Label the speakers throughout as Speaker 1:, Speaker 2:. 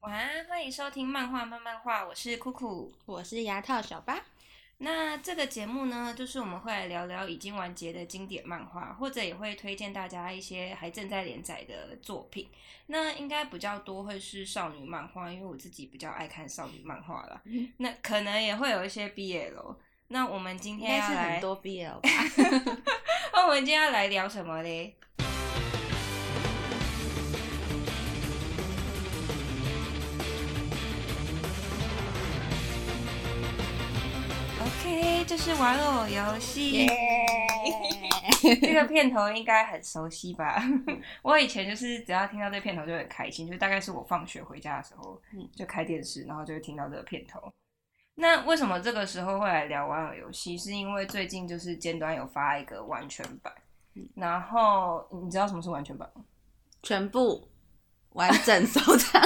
Speaker 1: 晚安，欢迎收听《漫画慢慢画》，我是酷酷。
Speaker 2: 我是牙套小八，
Speaker 1: 那这个节目呢，就是我们会来聊聊已经完结的经典漫画，或者也会推荐大家一些还正在连载的作品。那应该比较多会是少女漫画，因为我自己比较爱看少女漫画啦。
Speaker 2: 嗯
Speaker 1: 那可能也会有一些 BL。那我们今
Speaker 2: 应
Speaker 1: 天
Speaker 2: 该
Speaker 1: 要
Speaker 2: 是
Speaker 1: 来
Speaker 2: 很 多 BL 吧？
Speaker 1: 那我们今天要来聊什么嘞？OK，这是玩偶游戏这个片头应该很熟悉吧？ 我以前就是只要听到这片头就很开心，就大概是我放学回家的时候
Speaker 2: 嗯，
Speaker 1: 就开电视，然后就会听到这个片头。那为什么这个时候会来聊玩偶游戏？是因为最近就是尖端有发一个完全版，然后你知道什么是完全版吗？
Speaker 2: 全部完整收藏。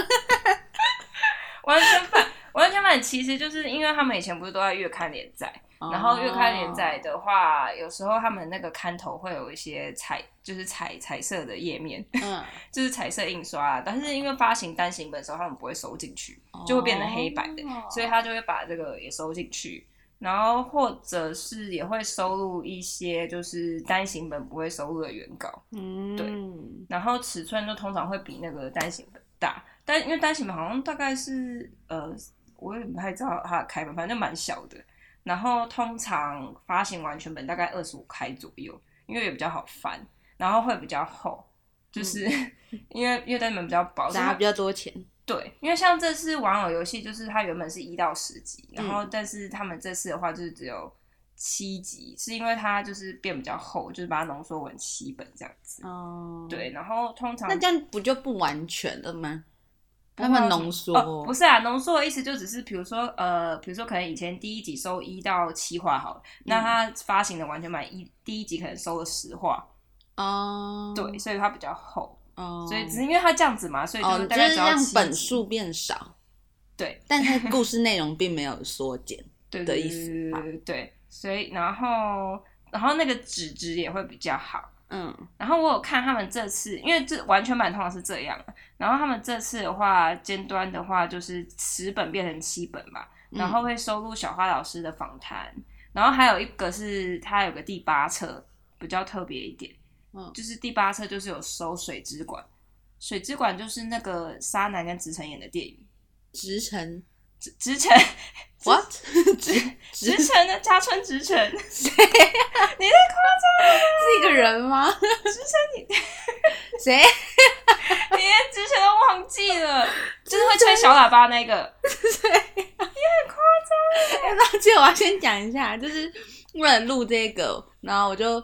Speaker 1: 完全版，完全版其实就是因为他们以前不是都在月刊连载，
Speaker 2: 哦
Speaker 1: 然后月刊连载的话，有时候他们那个刊头会有一些彩，就是彩彩色的页面，
Speaker 2: 嗯，
Speaker 1: 就是彩色印刷啊。但是因为发行单行本的时候，他们不会收进去， 就会变成黑白的
Speaker 2: 嗯哦
Speaker 1: 所以他就会把这个也收进去，然后或者是也会收录一些就是单行本不会收录的原稿，
Speaker 2: 嗯，
Speaker 1: 对然后尺寸就通常会比那个单行本大，但因为单行本好像大概是呃，我也不太知道它的开本，反正就蛮小的。然后通常发行完全本大概二十五开左右，因为也比较好翻，然后会比较厚，就是、 因为因为单行本比较薄，所以它
Speaker 2: 砸比较多钱。
Speaker 1: 对，因为像这次玩偶游戏，就是它原本是一到十集，然
Speaker 2: 嗯
Speaker 1: 后但是他们这次的话就是只有七集，是因为它就是变比较厚，就是把它浓缩为七本这样子。
Speaker 2: 哦，
Speaker 1: 嗯对，，然后通常
Speaker 2: 那这样不就不完全了吗？
Speaker 1: 不
Speaker 2: 他
Speaker 1: 会
Speaker 2: 们
Speaker 1: 啊
Speaker 2: 浓缩
Speaker 1: 哦，不是啊，浓缩的意思就只是，比如说，呃，比如说可能以前第一集收一到七话好了，
Speaker 2: 嗯
Speaker 1: 那它发行的完全版一第一集可能收了十话，
Speaker 2: 哦，
Speaker 1: 对，，所以它比较厚，
Speaker 2: 哦，
Speaker 1: 所以只是因为它这样子嘛，所以就
Speaker 2: 哦，
Speaker 1: 是
Speaker 2: 你
Speaker 1: 大
Speaker 2: 就
Speaker 1: 概
Speaker 2: 是
Speaker 1: 只要
Speaker 2: 让
Speaker 1: 七
Speaker 2: 本
Speaker 1: 集
Speaker 2: 数变少，
Speaker 1: 对，
Speaker 2: 但它故事内容并没有缩减。
Speaker 1: 对
Speaker 2: 的
Speaker 1: 对
Speaker 2: 意思
Speaker 1: 对
Speaker 2: 吧
Speaker 1: 对对对，所以然后然后那个纸质也会比较好。
Speaker 2: 嗯，
Speaker 1: 然后我有看他们这次，因为这完全版通常是这样，啊然后他们这次的话，尖端的话就是十本变成七本嘛， 然
Speaker 2: 嗯
Speaker 1: 后会收录小花老师的访谈，然后还有一个是它有个第八册比较特别一点，
Speaker 2: 嗯
Speaker 1: 就是第八册就是有收水之管，水之管就是那个沙男跟直城演的电影，
Speaker 2: 直城
Speaker 1: 直直 城
Speaker 2: what 直
Speaker 1: 直
Speaker 2: 直是
Speaker 1: 城的 加村直城，
Speaker 2: 一个人吗？直城你 谁？
Speaker 1: 你连之前都忘记了，就是会吹小喇叭那个。
Speaker 2: 而且我要先讲一下，就是为了录这个，然后我就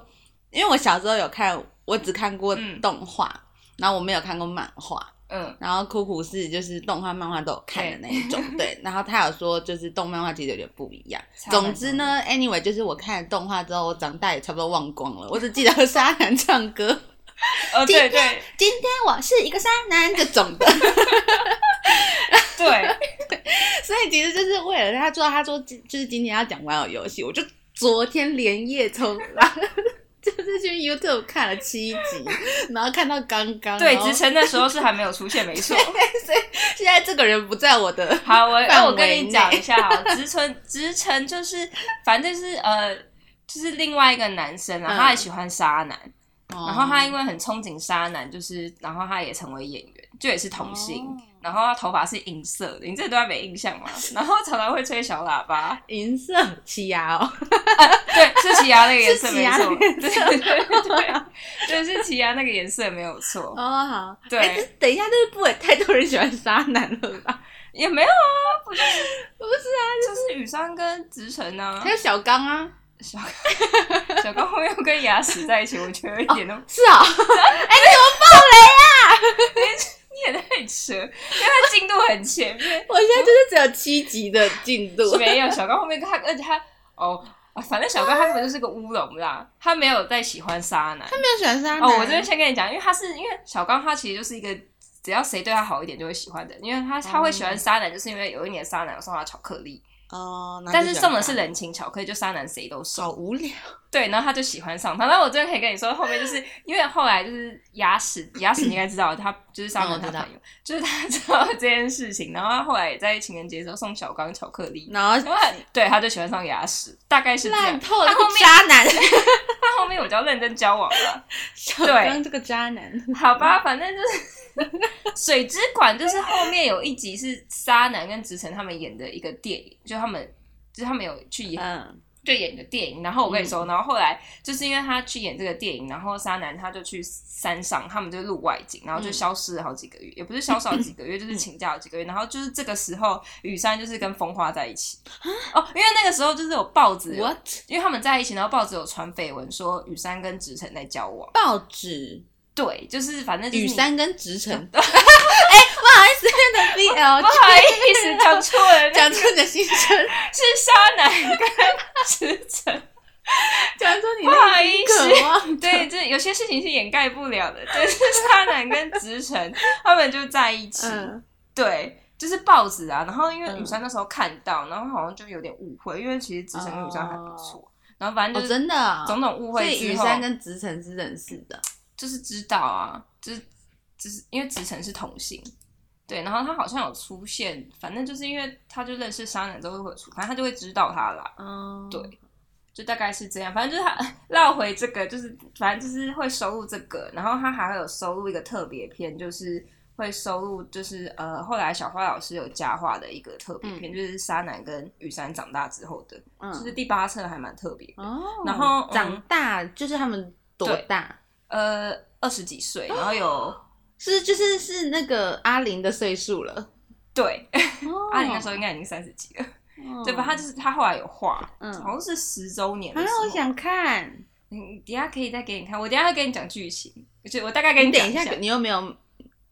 Speaker 2: 因为我小时候有看，我只看过
Speaker 1: 嗯
Speaker 2: 动画，然后我没有看过漫画。
Speaker 1: 嗯，
Speaker 2: 然后酷酷是就是动画、漫画都有看的那一种，对。然后他有说，就是动漫画其实有点不一样。
Speaker 1: 差蛮多
Speaker 2: 总之呢，anyway，就是我看了动画之后，我长大也差不多忘光了，我只记得沙男唱歌。
Speaker 1: 哦，对对
Speaker 2: 今天我是一个沙男 这种的，
Speaker 1: 对，
Speaker 2: 所以其实就是为了他做，他说今就是今天要讲玩偶游戏，我就昨天连夜从 就是去 YouTube 看了七集，然后看到刚刚，
Speaker 1: 对，
Speaker 2: 然后
Speaker 1: 直城那时候是还没有出现，没错。
Speaker 2: 现在这个人不在我的，
Speaker 1: 好，我
Speaker 2: 范围内
Speaker 1: 我跟你讲一下啊，直城直城就是反正就是呃，就是另外一个男生啊，
Speaker 2: 嗯哦
Speaker 1: 他也喜欢沙男，然
Speaker 2: 然
Speaker 1: 后他因为很憧憬沙男，就是然后他也成为演员，就也是童星
Speaker 2: 哦，
Speaker 1: 然后他头发是银色的，你这段没印象吗？然后常常会吹小喇叭。
Speaker 2: 银色奇牙哦，
Speaker 1: 对，是奇牙那个颜色
Speaker 2: 是
Speaker 1: 没
Speaker 2: 奇亚
Speaker 1: 错，
Speaker 2: 那个
Speaker 1: 对
Speaker 2: 颜色
Speaker 1: 对对，对，是奇牙那个颜色没有错，
Speaker 2: 哦好，
Speaker 1: 对
Speaker 2: 哎这等一下，这不会太多人喜欢沙男了吧？
Speaker 1: 也没有啊，
Speaker 2: 不是啊，
Speaker 1: 就是雨山跟直城啊
Speaker 2: 还，有小刚啊，
Speaker 1: 小小高后面又跟牙齿在一起，我觉得一点都
Speaker 2: 是啊、
Speaker 1: 你也太扯，因为它进度很前 面，
Speaker 2: 我现在就是只有七集的进度，
Speaker 1: 没有小高后面他，而且他哦。啊反正小高他根本就是个乌龙啦，他没有在喜欢沙男。
Speaker 2: 没有喜欢沙男
Speaker 1: 哦，我这边先跟你讲，因为他是因为小刚他其实就是一个哦只要谁对他好一点就会喜欢的，因为他他会喜欢沙男，就是因为有一年沙男有送他巧克力，啊
Speaker 2: 哦，那
Speaker 1: 但
Speaker 2: 就是喜欢
Speaker 1: 送的
Speaker 2: 他
Speaker 1: 是人情巧克力，就渣男谁都送
Speaker 2: 好。无聊，
Speaker 1: 对，然后他就喜欢上他。那我真的可以跟你说，后面就是因为后来就是牙齿，牙齿你应该知道，他就是上
Speaker 2: 嗯我
Speaker 1: 了
Speaker 2: 知
Speaker 1: 他
Speaker 2: 道
Speaker 1: 朋友，就是他知道这件事情，然后他后来也在情人节的时候送小刚巧克力，
Speaker 2: 然后
Speaker 1: 然后他对他就喜欢上牙齿，大概是这样
Speaker 2: 烂。透了
Speaker 1: 他
Speaker 2: 这个
Speaker 1: 后面
Speaker 2: 渣男，
Speaker 1: 那后面我就要认真交往了，
Speaker 2: 小
Speaker 1: 对
Speaker 2: 刚这个渣男，
Speaker 1: 好吧，反正就是 水之馆，就是后面有一集是沙男跟直成他们演的一个电影，就他们就是他们有去演
Speaker 2: 嗯，
Speaker 1: 就演个电影，然后我跟你说，然后后来就是因为他去演这个电影，然后沙男他就去山上，他们就录外景，然后
Speaker 2: 嗯
Speaker 1: 就消失了好几个月，也不是消失好几个月，就是请假好几个月，然后就是这个时候雨山就是跟风花在一起，哦，因为那个时候就是有报纸有
Speaker 2: 啊 what
Speaker 1: 因为他们在一起，然后报纸有传绯闻说雨山跟直成在交往，
Speaker 2: 报纸
Speaker 1: 对，就是反正就是
Speaker 2: 雨
Speaker 1: 你
Speaker 2: 山跟直 城，哎、不好意思，的 BL
Speaker 1: 不好意思讲错了，
Speaker 2: 讲出你的心声，
Speaker 1: 是沙男跟直 成，
Speaker 2: 讲出你
Speaker 1: 不好意思
Speaker 2: 内心渴望，
Speaker 1: 对，这有些事情是掩盖不了的，就是沙男跟直成他们就在一起，
Speaker 2: 嗯，
Speaker 1: 对，就是报纸啊。然后因为
Speaker 2: 嗯
Speaker 1: 雨珊那时候看到，然后好像就有点误会，因为其实直成跟雨珊还不错，然后反正
Speaker 2: 哦，
Speaker 1: 就是
Speaker 2: 真的哦、
Speaker 1: 种种误
Speaker 2: 所
Speaker 1: 会
Speaker 2: 以
Speaker 1: 之
Speaker 2: 雨
Speaker 1: 后，
Speaker 2: 山跟直城是认识的，
Speaker 1: 就是知道啊，就是就是因为直成是同性。对，然后他好像有出现，反正就是因为他就认识沙男之后会出，反正他就会知道他啦。
Speaker 2: 哦，
Speaker 1: 对就大概是这样，反正就是他 绕回这个，就是反正就是会收录这个，然后他还会有收录一个特别篇，就是会收录就是呃后来小花老师有加画的一个特别篇，就是沙男跟雨山长大之后的，
Speaker 2: 嗯，
Speaker 1: 就是第八册还蛮特别，
Speaker 2: 哦，
Speaker 1: 然后嗯
Speaker 2: 长大、就是他们多
Speaker 1: 对
Speaker 2: 大？
Speaker 1: 呃二十几岁，然后有
Speaker 2: 哦是就是是那个阿玲的岁数了，
Speaker 1: 对，
Speaker 2: 哦
Speaker 1: 阿
Speaker 2: 阿
Speaker 1: 玲那时候应该已经三十几了，
Speaker 2: 候
Speaker 1: 对吧？他就是他后来有画，
Speaker 2: 嗯
Speaker 1: 好像是十周年的
Speaker 2: 哦啊
Speaker 1: 时候，，
Speaker 2: 我想看，
Speaker 1: 你等一下可以再给你看，我等一下会跟你讲剧情，就我大概跟
Speaker 2: 你
Speaker 1: 讲
Speaker 2: 等一
Speaker 1: 下
Speaker 2: 下，，你有没有？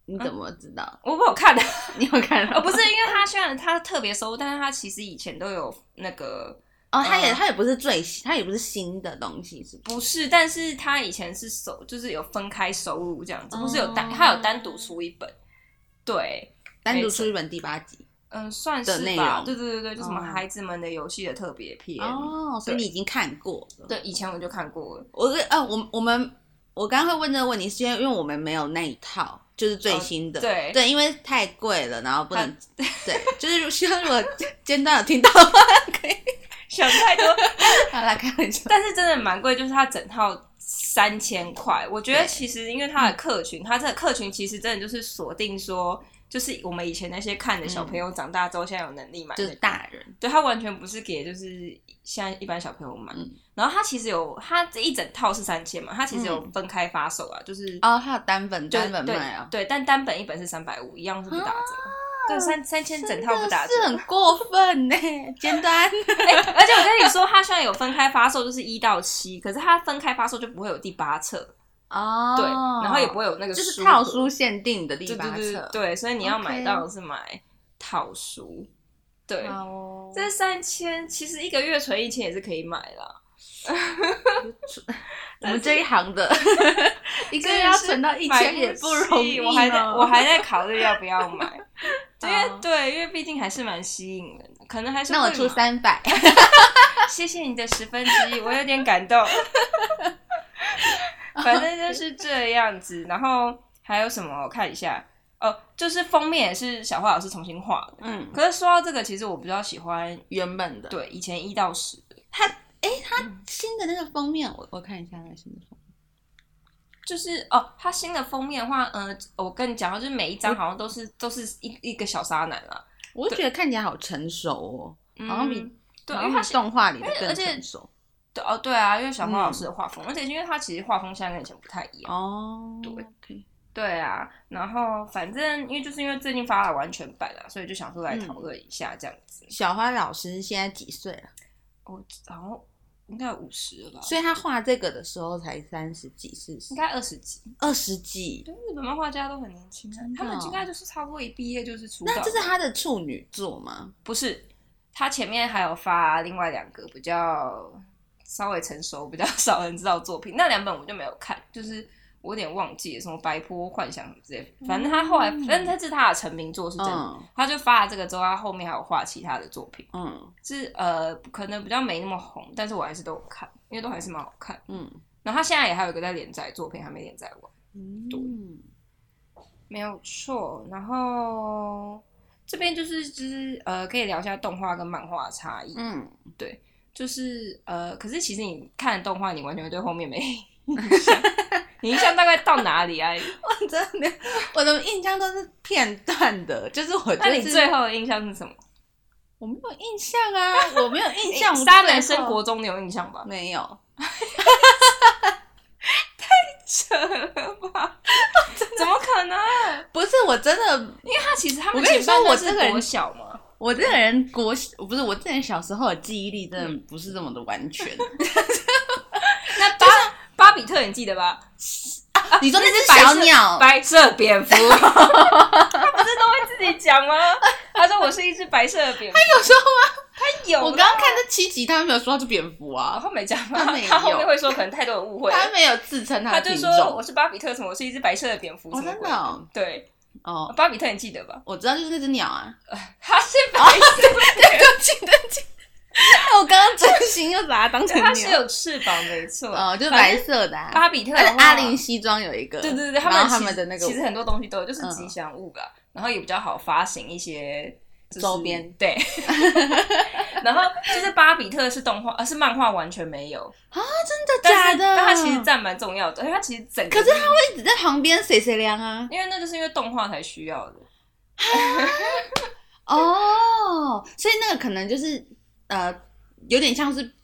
Speaker 2: 你怎么知道？
Speaker 1: 我有看的。
Speaker 2: 你有看
Speaker 1: 哦，
Speaker 2: 到？
Speaker 1: 不是，因为他虽然他特别收，但是他其实以前都有那个
Speaker 2: 哦，他也
Speaker 1: 嗯
Speaker 2: 他也不是最新，他也不是新的东西，是不
Speaker 1: 不是，但是他以前是收，就是有分开收入这样子，
Speaker 2: 哦
Speaker 1: 不是有单，他有单独出一本，对，
Speaker 2: 是？单
Speaker 1: 没
Speaker 2: 独
Speaker 1: 错
Speaker 2: 出一本第八集
Speaker 1: 嗯，算
Speaker 2: 的
Speaker 1: 是
Speaker 2: 内
Speaker 1: 吧，
Speaker 2: 容
Speaker 1: 对对对对，就什么
Speaker 2: 哦
Speaker 1: 孩子们的游戏的特别篇，
Speaker 2: 哦，所以
Speaker 1: 对
Speaker 2: 你已经看过了。
Speaker 1: 对，以前我就看过了，
Speaker 2: 我是呃，我我们我刚刚会问这个问题，是因为因为我们没有那一套，就是最新的，
Speaker 1: 哦对
Speaker 2: 对，因为太贵了，然后不能，对，就是希望如果尖端有听 到的话，
Speaker 1: 想太多，
Speaker 2: 好啦，开玩笑，
Speaker 1: 但是真的蛮贵，就是它整套三千块。我觉得
Speaker 2: 对嗯
Speaker 1: 其实因为它的客群，它这个客群其实真的就是锁定说，就是我们以前那些看的小朋友长大之后，现在有能力买的，
Speaker 2: 嗯就是大人，
Speaker 1: 对，它完全不是给就是像一般小朋友买。
Speaker 2: 嗯
Speaker 1: 然后它其实有它这一整套是三千嘛，它其实有
Speaker 2: 嗯
Speaker 1: 分开发售啊，就是
Speaker 2: 哦，还有单本
Speaker 1: 就
Speaker 2: 单本
Speaker 1: 对
Speaker 2: 卖啊，
Speaker 1: 对，但单本一本是三百五，一样是不打折。对，三三千整套不打折
Speaker 2: 真， 的是很过分呢， 尖端，
Speaker 1: 而且我跟你说，它虽然有分开发售，就是一到七，可是它分开发售就不会有第八册，
Speaker 2: 哦，
Speaker 1: 对，然后也不会有那个
Speaker 2: 就是
Speaker 1: 盒
Speaker 2: 套书限定的第
Speaker 1: 对
Speaker 2: 八
Speaker 1: 对对
Speaker 2: 册，
Speaker 1: 对，所以你要
Speaker 2: OK
Speaker 1: 买到的是买套书，对，
Speaker 2: 好哦，
Speaker 1: 这三千其实一个月存一千也是可以买啦。
Speaker 2: 我们这一行的， 一个月要存到一
Speaker 1: 买
Speaker 2: 千也
Speaker 1: 不哦
Speaker 2: 不容
Speaker 1: 起
Speaker 2: 易呢，
Speaker 1: 我还在我还在考虑要不要 买，因为
Speaker 2: 哦
Speaker 1: 对，因为毕竟还是蛮吸引人的，可能还是
Speaker 2: 那我
Speaker 1: 会
Speaker 2: 出
Speaker 1: 买，
Speaker 2: 三百。
Speaker 1: 谢谢你的十分之一，我有点感 动。反正就是这样子，然后还有什么？我看一下，哦，就是封面也是小花老师重新画的。
Speaker 2: 嗯，
Speaker 1: 可是说到这个，其实我比较喜欢
Speaker 2: 原本的。，
Speaker 1: 对以前一到十的，
Speaker 2: 新的那个封面，我我看一下那个新的封面。
Speaker 1: 就是哦，它新的封面的话，嗯、我跟你讲，就是每一
Speaker 2: 嗯
Speaker 1: 张好像都是都是一一个小渣男啦，
Speaker 2: 我觉得看起来好成熟哦，
Speaker 1: 嗯
Speaker 2: 好像比
Speaker 1: 对，啊
Speaker 2: 好
Speaker 1: 因为它
Speaker 2: 像比动画里的
Speaker 1: 而
Speaker 2: 更
Speaker 1: 且
Speaker 2: 成熟
Speaker 1: 对哦对啊，因为小花老师的画风，而且因为他其实画风现在跟以前不太一样，
Speaker 2: 哦。
Speaker 1: 对
Speaker 2: ，OK，
Speaker 1: 对啊，然后反正因为就是因为最近发了完全版啊，所以就想说来讨论一下这样子，
Speaker 2: 小花老师现在几岁了？
Speaker 1: 我然后应该五十了吧，
Speaker 2: 所以她画这个的时候才三十几、四十
Speaker 1: 应、该二十几，
Speaker 2: 二十几，
Speaker 1: 对，日本漫画家都很年轻啊，
Speaker 2: 真的
Speaker 1: 他们
Speaker 2: 哦
Speaker 1: 应该就是差不多一毕业就是出道，
Speaker 2: 那这是她的处女作吗？
Speaker 1: 不是，他前面还有发另外两个比较稍微成熟、比较少人知道的作品，那两本我就没有看，就是我有点忘记了什么白坡幻想什么之类的，反正他后来，反正他是他的成名作是真的，
Speaker 2: 嗯
Speaker 1: 他就发了这个之后，他后面还有画其他的作品，
Speaker 2: 嗯
Speaker 1: 是呃可能比较没那么红，但是我还是都有看，因为都还是蛮好看。
Speaker 2: 嗯
Speaker 1: 然后他现在也还有一个在连载作品还没连载完，
Speaker 2: 嗯，
Speaker 1: 没有错。然后这边就是就是呃可以聊一下动画跟漫画的差异，
Speaker 2: 嗯，
Speaker 1: 就是呃可是其实你看动画，你完全对后面没印 象，你印象大概到哪里啊？
Speaker 2: 我 真的没有，我的印象都是片段的，就是我就
Speaker 1: 那你
Speaker 2: 是
Speaker 1: 最后的印象是什么？
Speaker 2: 我没有印象 啊，我没有印象，我
Speaker 1: 杀
Speaker 2: 最后
Speaker 1: 人生活中你有印象吧？
Speaker 2: 没有，
Speaker 1: 怎么可能？啊
Speaker 2: 不是我真的，
Speaker 1: 他其实他们
Speaker 2: 我跟你
Speaker 1: 前半
Speaker 2: 说我
Speaker 1: 段
Speaker 2: 这个
Speaker 1: 是
Speaker 2: 人
Speaker 1: 国小嘛，
Speaker 2: 我这个人国不是我这个人小时候的记忆力真的不是这么的完 全。
Speaker 1: 那巴巴比特你记得吧？
Speaker 2: 你说那
Speaker 1: 是
Speaker 2: 只
Speaker 1: 白
Speaker 2: 小
Speaker 1: 色
Speaker 2: 鸟，
Speaker 1: 白色蝙 蝠，他不是都会自己讲吗？他说我是一只白色的蝙蝠，
Speaker 2: 有时候
Speaker 1: 他有啦
Speaker 2: 我刚刚看这七集，他没有说他是蝙蝠
Speaker 1: 啊
Speaker 2: 啊，
Speaker 1: 后面讲吗？
Speaker 2: 他没有
Speaker 1: 他后面会说可能太多人误会了，
Speaker 2: 他没有自称
Speaker 1: 他
Speaker 2: 他的
Speaker 1: 就
Speaker 2: 品
Speaker 1: 说
Speaker 2: 种。
Speaker 1: 我是巴比特什么，我是一只白色的蝙蝠
Speaker 2: 哦，
Speaker 1: 什么
Speaker 2: 真
Speaker 1: 鬼
Speaker 2: 的？哦，
Speaker 1: 对，
Speaker 2: 哦
Speaker 1: 巴比特你记得吧？
Speaker 2: 我知道就是那只鸟啊。
Speaker 1: 他是白
Speaker 2: 哦
Speaker 1: 色的，
Speaker 2: 对不起，对不起， 我刚刚真心又把它当成
Speaker 1: 他是
Speaker 2: 鸟。
Speaker 1: 有翅膀，没错。
Speaker 2: 哦，就是
Speaker 1: 反
Speaker 2: 白
Speaker 1: 正
Speaker 2: 色的、啊。
Speaker 1: 巴比特
Speaker 2: 而且
Speaker 1: 的话
Speaker 2: 阿玲西装有一个，
Speaker 1: 对对对，
Speaker 2: 然
Speaker 1: 们他
Speaker 2: 后他们的那个
Speaker 1: 其实很多东西都有，就是
Speaker 2: 嗯
Speaker 1: 吉祥物吧，然后也比较好发行一些、就是
Speaker 2: 周边，
Speaker 1: 对。 然后就是巴比特是动画，呃，是漫画完全没有，
Speaker 2: 真的
Speaker 1: 但
Speaker 2: 假
Speaker 1: 是
Speaker 2: 的？
Speaker 1: 但它其实占蛮重要的，而且它其实整个，
Speaker 2: 可是他会一直在旁边谁谁凉啊？
Speaker 1: 因为那就是因为动画才需要的，
Speaker 2: 哦，所以那个可能就是呃，有点像是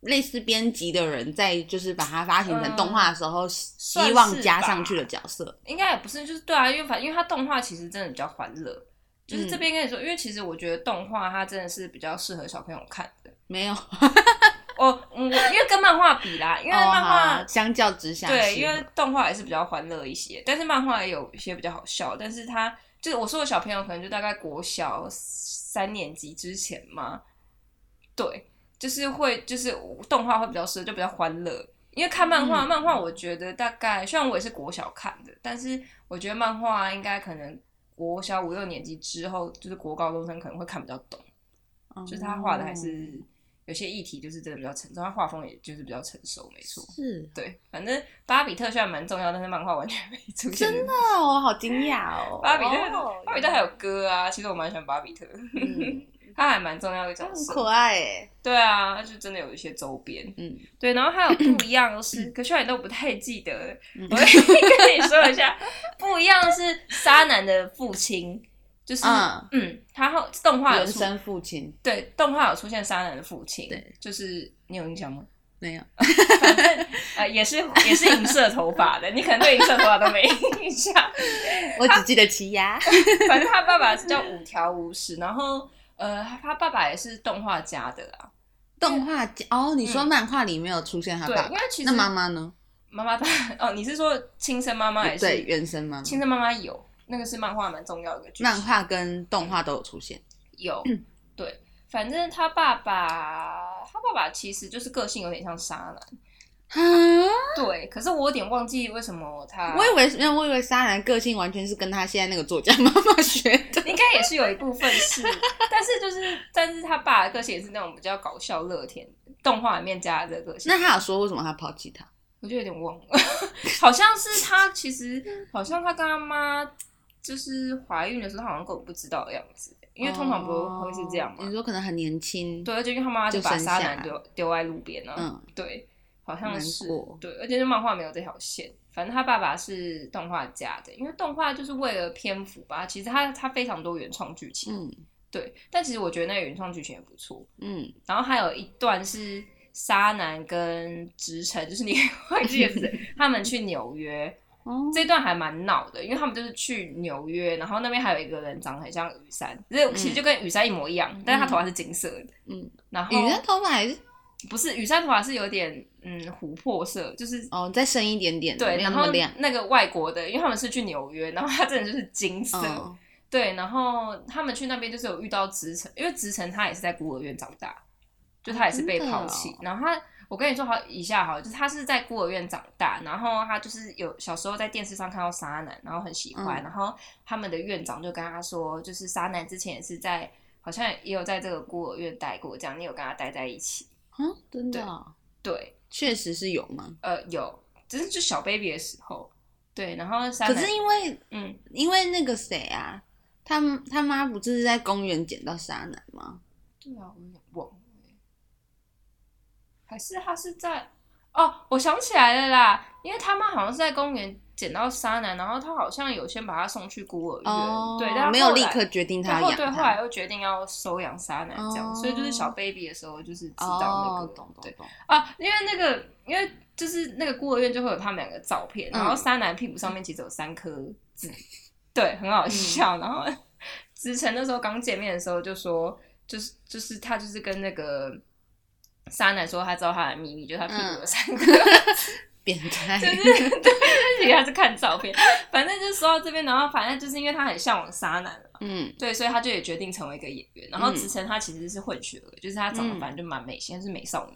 Speaker 2: 类似编辑的人在就是把它发行成动画的时候，希
Speaker 1: 算
Speaker 2: 望
Speaker 1: 是
Speaker 2: 加
Speaker 1: 吧
Speaker 2: 上去的角色。
Speaker 1: 应该也不嗯是，就是对啊，因为反因为它动画其实真的比较欢乐，就是
Speaker 2: 嗯
Speaker 1: 这边跟你说，因为其实我觉得动画它真的是比较适合小朋友看的。
Speaker 2: 没有，
Speaker 1: 哦，嗯我因为跟漫画比啦，因为
Speaker 2: 哦
Speaker 1: 漫画、
Speaker 2: 好相较之下是，
Speaker 1: 对，因为动画也是比较欢乐一些，但是漫画也有一些比较好笑，但是他就是我说的小朋友可能就大概国小三年级之前嘛，对，就是会就是动画会比较适合，就比较欢乐。因为看漫画，
Speaker 2: 嗯
Speaker 1: 漫画我觉得大概虽然我也是国小看的，但是我觉得漫画应该可能国小五六年级之后，就是国高中生可能会看比较懂，就是他画的还
Speaker 2: 嗯
Speaker 1: 是
Speaker 2: 哦
Speaker 1: 有些议题就是真的比较成熟，他画风也就是比较成熟，没错
Speaker 2: 哦。是
Speaker 1: 对，反正巴比特虽然蛮重要，但是漫画完全没出现。
Speaker 2: 真的，我好惊讶哦。
Speaker 1: 巴比特，
Speaker 2: 哦
Speaker 1: 巴比特还有歌啊，其实我蛮喜欢巴比特，
Speaker 2: 嗯，
Speaker 1: 他还蛮重要的角
Speaker 2: 它很
Speaker 1: 色。
Speaker 2: 可爱哎。
Speaker 1: 对啊，他就真的有一些周边。
Speaker 2: 嗯
Speaker 1: 对，然后还有不一样的 是，可虽然你都不太记得了，
Speaker 2: 嗯
Speaker 1: 我 也跟你说一下，不一样的是沙男的父亲，就是嗯
Speaker 2: 嗯
Speaker 1: 他后动画有
Speaker 2: 原
Speaker 1: 出
Speaker 2: 生父亲
Speaker 1: 对动画有出现沙男的父亲，
Speaker 2: 对，
Speaker 1: 就是你有印象吗？
Speaker 2: 没有，
Speaker 1: 反正呃也是也是银色头发的，你可能对银色头发都没印象。
Speaker 2: 我只记得 奇牙。
Speaker 1: 反正他爸爸是叫五条无实，然后呃，他爸爸也是动画家的啦。
Speaker 2: 动画家哦，你说漫画里没有出现他
Speaker 1: 嗯对，
Speaker 2: 爸
Speaker 1: 因为
Speaker 2: 爸，
Speaker 1: 其实
Speaker 2: 那妈妈呢？
Speaker 1: 妈妈当然 哦，你是说亲生妈妈也
Speaker 2: 对，
Speaker 1: 是？
Speaker 2: 原生妈妈。
Speaker 1: 亲生妈妈有那个是漫画蛮重要的一个剧情，
Speaker 2: 漫画跟动画都有出现。
Speaker 1: 有对。反正他爸爸，他爸爸其实就是个性有点像沙男，
Speaker 2: 啊！
Speaker 1: 对。可是我有点忘记为什么他，
Speaker 2: 我以为没有，我以为沙男个性完全是跟他现在那个作家妈妈学 的。
Speaker 1: 应该也是有一部分是， 但是就是，但是他爸的个性也是那种比较搞笑乐天，动画里面加的这个个性。
Speaker 2: 那他有说为什么他抛弃他？
Speaker 1: 我就有点忘了， 好像是他其实好像他跟他妈就是怀孕的时候，他好像根本不知道的样子，因为通常不会是这样
Speaker 2: 哦
Speaker 1: 嘛
Speaker 2: 你。说可能很年轻，
Speaker 1: 对，而且因为他妈就把
Speaker 2: 就生下
Speaker 1: 沙
Speaker 2: 来
Speaker 1: 男丢丢在路边啊，
Speaker 2: 嗯，
Speaker 1: 对，好像是
Speaker 2: 难过
Speaker 1: 对，而且就漫画没有这条线。反正他爸爸是动画家的，因为动画就是为了篇幅吧，其实他他非常多原创剧情，
Speaker 2: 嗯
Speaker 1: 对，但其实我觉得那个原创剧情也不错，
Speaker 2: 嗯，
Speaker 1: 然后还有一段是沙男跟直城，就是你 会记得 是他们去纽约，
Speaker 2: 哦，
Speaker 1: 这段还蛮闹的，因为他们就是去纽约，然后那边还有一个人长得很像雨山，这其实就跟雨山一模一样，但是他头发是金色的，
Speaker 2: 嗯，
Speaker 1: 然后
Speaker 2: 雨的头发还是
Speaker 1: 不是雨山头发是有点嗯琥珀色，就是。
Speaker 2: 哦再深一点点的，
Speaker 1: 对，
Speaker 2: 没有
Speaker 1: 然
Speaker 2: 那
Speaker 1: 后
Speaker 2: 么亮。
Speaker 1: 那个外国的，因为他们是去纽约，然后他真的就是金色，
Speaker 2: 嗯
Speaker 1: 对，然后他们去那边就是有遇到直城，因为直城他也是在孤儿院长大，就他也是被抛弃
Speaker 2: 真的哦。
Speaker 1: 然后他，我跟你说好以下好了，就是他是在孤儿院长大，然后他就是有小时候在电视上看到沙男，然后很喜欢，
Speaker 2: 嗯
Speaker 1: 然后他们的院长就跟他说，就是沙男之前也是在好像也有在这个孤儿院待过，这样你有跟他待在一起？
Speaker 2: 嗯，真的哦、
Speaker 1: 对，
Speaker 2: 确实是有吗？
Speaker 1: 呃，有，只是就小 baby 的时候，对，然后沙
Speaker 2: 可
Speaker 1: 男，
Speaker 2: 是因为
Speaker 1: 嗯，
Speaker 2: 因为那个谁啊，他他妈不就是在公园捡到沙男吗？
Speaker 1: 对啊，我有点忘了欸，还是他是在哦，我想起来了啦，因为他妈好像是在公园捡到沙男，然后他好像有先把他送去孤儿院，
Speaker 2: 哦，
Speaker 1: 对，但他
Speaker 2: 没有
Speaker 1: 后
Speaker 2: 立
Speaker 1: 来
Speaker 2: 刻决定
Speaker 1: 然
Speaker 2: 他
Speaker 1: 后
Speaker 2: 养
Speaker 1: 对，后
Speaker 2: 他
Speaker 1: 来。又决定要收养沙男这样，所以就是小
Speaker 2: 哦
Speaker 1: baby 的时候就是知道那
Speaker 2: 哦
Speaker 1: 个，
Speaker 2: 懂懂
Speaker 1: 对
Speaker 2: 懂，
Speaker 1: 啊，因为那个因为就是那个孤儿院就会有他们两个照片，然后
Speaker 2: 嗯
Speaker 1: 沙男屁股上面其实有三颗痣，对，很好笑。然后 子晨那时候刚见面的时候就说，就是就是他就是跟那个沙男说他知道他的秘密，就是他屁股有三颗
Speaker 2: 变 态。
Speaker 1: 就是对，其实他是看照片。反正就说到这边，然后反正就是因为他很向往沙男，
Speaker 2: 嗯
Speaker 1: 对，所以他就也决定成为一个演员。然后
Speaker 2: 嗯
Speaker 1: 子晨他其实是混血儿，就是他长得
Speaker 2: 嗯
Speaker 1: 反正就蛮美型，他是美少女，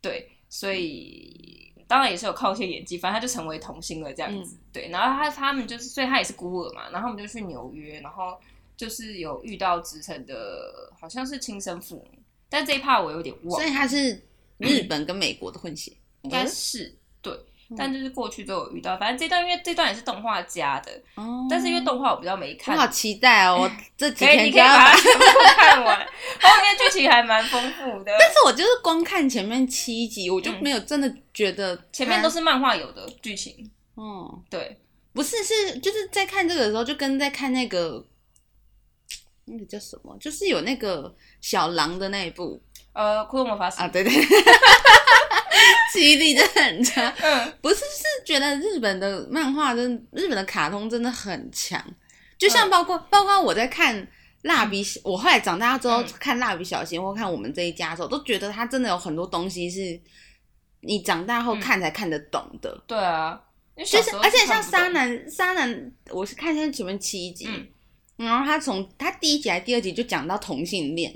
Speaker 1: 对，所以当然也是有靠一些演技，反正他就成为童星了这样子。对，然后他他们就是，所以他也是孤儿嘛，然后我们就去纽约，然后就是有遇到子晨的，好像是亲生父母，但这一 part 我嗯有点忘
Speaker 2: 所，以他是日本跟美国的混血，
Speaker 1: 应该是。对
Speaker 2: 嗯，
Speaker 1: 但就是过去都有遇到，反正这段因为这段也是动画加的，
Speaker 2: 哦
Speaker 1: 但是因为动画我比较没
Speaker 2: 我
Speaker 1: 看，
Speaker 2: 好期 待哦！我这几
Speaker 1: 可以，哎你
Speaker 2: 天就
Speaker 1: 可以
Speaker 2: 要
Speaker 1: 把
Speaker 2: 把
Speaker 1: 它全部看完，后面剧情还蛮丰富的，
Speaker 2: 但是我就是光看前面七集，我就
Speaker 1: 嗯
Speaker 2: 没有真的觉得它
Speaker 1: 前面都是漫画有的剧情，
Speaker 2: 哦，
Speaker 1: 对，
Speaker 2: 不是是就是在看这个的时候，就跟在看那个那个叫什么，就是有那个小狼的那一部
Speaker 1: 呃，骷髅魔法使
Speaker 2: 啊，，对 对，记忆力真的很差。
Speaker 1: 嗯，
Speaker 2: 不是，是觉得日本的漫画真的，日本的卡通真的很强，就像包
Speaker 1: 嗯
Speaker 2: 括、包括我在看蜡笔小，我后来长大之后、
Speaker 1: 嗯
Speaker 2: 看蜡笔小新或看我们这一家的时候，都觉得它真的有很多东西是你长大后
Speaker 1: 嗯
Speaker 2: 看才看得懂的，
Speaker 1: 对啊，因为小
Speaker 2: 就
Speaker 1: 时
Speaker 2: 是
Speaker 1: 候
Speaker 2: 而且像
Speaker 1: 看不懂
Speaker 2: 沙，男沙男，我是看现在前面七集，
Speaker 1: 嗯，
Speaker 2: 然后他从他第一集还是第二集就讲到同性恋，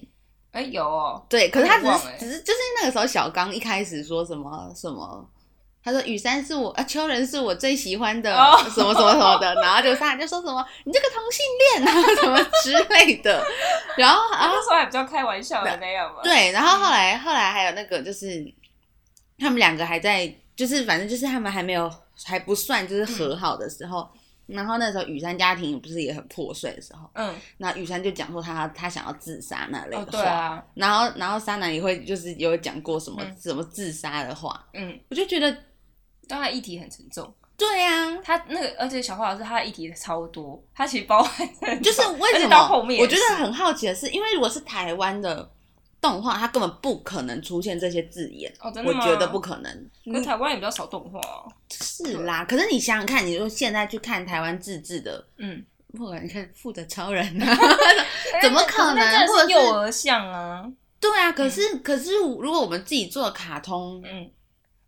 Speaker 1: 哎有哦，
Speaker 2: 对，可是他
Speaker 1: 有
Speaker 2: 只
Speaker 1: 点
Speaker 2: 是、
Speaker 1: 忘欸
Speaker 2: 只是就是那个时候小刚一开始说什么什么，他说雨山是我啊秋人是我最喜欢的、
Speaker 1: 哦
Speaker 2: 什么什么什么的，然后就他就说什么你这个同性恋啊什么之类的，然后
Speaker 1: 啊
Speaker 2: 啊
Speaker 1: 那时候还比较开玩笑的那样嘛，，
Speaker 2: 对，然后后来后来还有那个就是他们两个还在就是反正就是他们还没有还不算就是
Speaker 1: 嗯
Speaker 2: 和好的时候。然后那时候雨山家庭不是也很破碎的时候，
Speaker 1: 嗯，
Speaker 2: 那雨山就讲说他他想要自杀那类的
Speaker 1: 哦
Speaker 2: 话，
Speaker 1: 对啊，
Speaker 2: 然后，然后沙男也会就是有讲过什么、
Speaker 1: 嗯
Speaker 2: 什么自杀的话，
Speaker 1: 嗯，
Speaker 2: 我就觉得
Speaker 1: 但他的议题很沉重，
Speaker 2: 对啊，
Speaker 1: 他那个而且小花老师他的议题超多，他其实包含很多
Speaker 2: 就是为
Speaker 1: 而
Speaker 2: 什
Speaker 1: 且
Speaker 2: 么
Speaker 1: 到后面也
Speaker 2: 我
Speaker 1: 是，
Speaker 2: 觉得很好奇的是，因为如果是台湾的动画，它根本不可能出现这些字眼，
Speaker 1: 哦真
Speaker 2: 我
Speaker 1: 的吗？
Speaker 2: 觉得不，可能。
Speaker 1: 可是台湾也比较少动画哦，
Speaker 2: 是啦，可是你想想看，你说现在去看台湾自制的，
Speaker 1: 嗯，
Speaker 2: 不管你看《富的超人》啊， 怎么可能
Speaker 1: 哎那真
Speaker 2: 或
Speaker 1: 的
Speaker 2: 者
Speaker 1: 是
Speaker 2: 是
Speaker 1: 幼儿像啊，
Speaker 2: 对啊，可是、可是如果我们自己做的卡通，
Speaker 1: 嗯，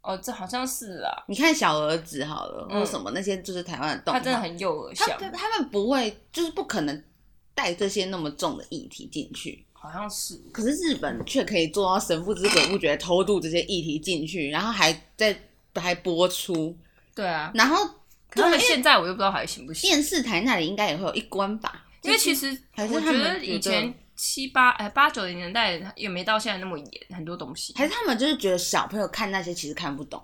Speaker 1: 哦，这好像是啊，
Speaker 2: 你看小儿子好了，
Speaker 1: 嗯
Speaker 2: 或什么那些就是台湾的
Speaker 1: 他
Speaker 2: 动画，
Speaker 1: 真的很幼儿
Speaker 2: 他
Speaker 1: 像，
Speaker 2: 不他们不会，就是不可能带这些那么重的议题进去。
Speaker 1: 好像是，
Speaker 2: 可是日本却可以做到神不知鬼不觉地偷渡这些议题进去，然后还在还播出，
Speaker 1: 对啊。
Speaker 2: 然后
Speaker 1: 可是现在我又不知道还行不行，
Speaker 2: 电视台那里应该也会有一关吧？
Speaker 1: 因为其
Speaker 2: 实
Speaker 1: 实
Speaker 2: 还是
Speaker 1: 我
Speaker 2: 他
Speaker 1: 觉
Speaker 2: 们
Speaker 1: 得
Speaker 2: 觉
Speaker 1: 以
Speaker 2: 得
Speaker 1: 前七八哎八九零年代也没到现在那么严，很多东西。
Speaker 2: 还是他们就是觉得小朋友看那些其实看不懂，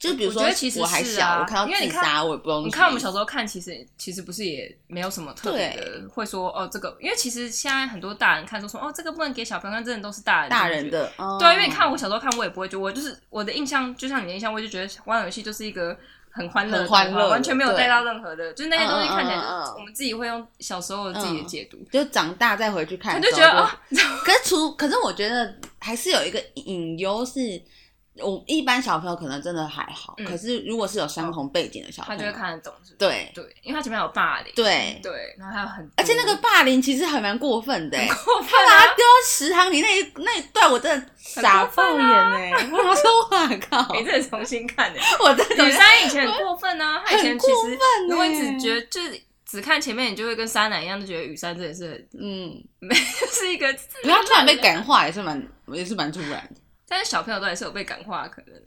Speaker 2: 就比如
Speaker 1: 我
Speaker 2: 说
Speaker 1: 觉得其实
Speaker 2: 我还
Speaker 1: 是
Speaker 2: 小，
Speaker 1: 啊
Speaker 2: 我看
Speaker 1: 因
Speaker 2: 到
Speaker 1: 为
Speaker 2: 自
Speaker 1: 你看
Speaker 2: 杀我也不懂。
Speaker 1: 你看我们小时候看，其实其实不是也没有什么特别的，会说哦这个，因为其实现在很多大人看都说哦这个不能给小朋友看，真的都是大人
Speaker 2: 大
Speaker 1: 进去
Speaker 2: 人的，哦
Speaker 1: 对啊，因为你看我小时候看，我也不会觉得，我就是我的印象，就像你的印象，我就觉得玩游戏就是一个很欢乐的
Speaker 2: 很
Speaker 1: 动画，
Speaker 2: 欢乐的
Speaker 1: 完全没有
Speaker 2: 对
Speaker 1: 带到任何的，就是那些东西看起来，就
Speaker 2: 嗯嗯嗯
Speaker 1: 是
Speaker 2: 嗯
Speaker 1: 我们自己会用小时候的自己的解读，
Speaker 2: 就长大再回去看
Speaker 1: 我
Speaker 2: 的
Speaker 1: 就
Speaker 2: 时
Speaker 1: 觉
Speaker 2: 候，
Speaker 1: 得啊，
Speaker 2: 可是除可是我觉得还是有一个隐忧是，我一般小朋友可能真的还好，
Speaker 1: 嗯哦
Speaker 2: 可是如果是有相同背景的小朋
Speaker 1: 他
Speaker 2: 友，
Speaker 1: 就会看得懂，是不是
Speaker 2: 嗯对
Speaker 1: 对，因为他前面有霸凌，
Speaker 2: 对，
Speaker 1: 对，然后还有很多，
Speaker 2: 而且那个霸凌其实还蛮过分的、欸，
Speaker 1: 嗯过分
Speaker 2: 他把
Speaker 1: 啊，
Speaker 2: 他丢到食堂里那一那一段，我真的傻爆眼
Speaker 1: 啊
Speaker 2: 哎、欸！我说哇靠，
Speaker 1: 你这重新看的，
Speaker 2: 我真
Speaker 1: 女
Speaker 2: 的
Speaker 1: 三以前很过分啊，她以前其
Speaker 2: 哦很过
Speaker 1: 实
Speaker 2: 欸
Speaker 1: 如果你只觉得就是。只看前面，你就会跟沙男一样，就觉得雨山真的是
Speaker 2: 嗯，
Speaker 1: 没是一个，
Speaker 2: 可是他突然被感化也是蛮也是蛮突然的，
Speaker 1: 但是小朋友都还是有被感化的可能的。啊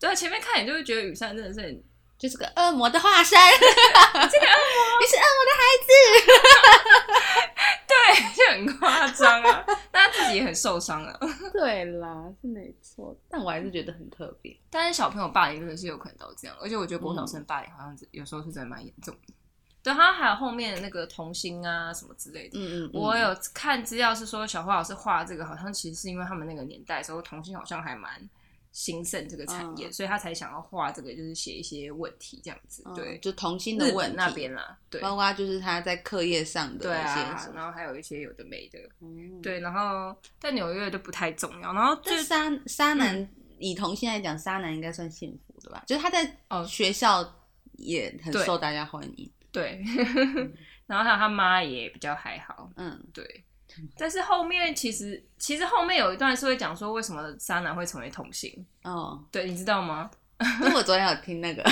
Speaker 1: 对，前面看你就会觉得雨山真的是很，
Speaker 2: 就是个恶魔的化身，你
Speaker 1: 这个
Speaker 2: 是恶魔的孩子。
Speaker 1: 对，就很夸张啊，但他自己也很受伤啊。
Speaker 2: 对啦，是没错，但我还是觉得很特别。
Speaker 1: 但是小朋友霸凌真的是有可能到这样，而且我觉得国小
Speaker 2: 嗯
Speaker 1: 生霸凌好像有时候是真的蛮严重的。对，他还有后面那个童星啊什么之类的。
Speaker 2: 嗯嗯，
Speaker 1: 我有看资料是说，小花老师画这个，好像其实是因为他们那个年代的时候，童星好像还蛮兴盛这个产业，
Speaker 2: 嗯
Speaker 1: 所以他才想要画这个，就是写一些问题这样子。对，
Speaker 2: 就童心
Speaker 1: 日
Speaker 2: 的问
Speaker 1: 本
Speaker 2: 题
Speaker 1: 那，边啦，对
Speaker 2: 包括就是他在课业上的
Speaker 1: 对
Speaker 2: 一些
Speaker 1: 啊
Speaker 2: 什，么
Speaker 1: 然后还有一些有的没的，
Speaker 2: 嗯
Speaker 1: 对，然后但纽约就不太重要，然后就
Speaker 2: 但沙沙男、以同性来讲，沙男应该算幸福的吧？就是他在
Speaker 1: 哦
Speaker 2: 学校也很
Speaker 1: 对
Speaker 2: 受大家欢迎。
Speaker 1: 对， 然后还有他妈也比较还好，
Speaker 2: 嗯，
Speaker 1: 对。但是后面其实其实后面有一段是会讲说为什么渣男会成为同性，
Speaker 2: 哦，
Speaker 1: 对，你知道吗？
Speaker 2: 因为我昨天有听那个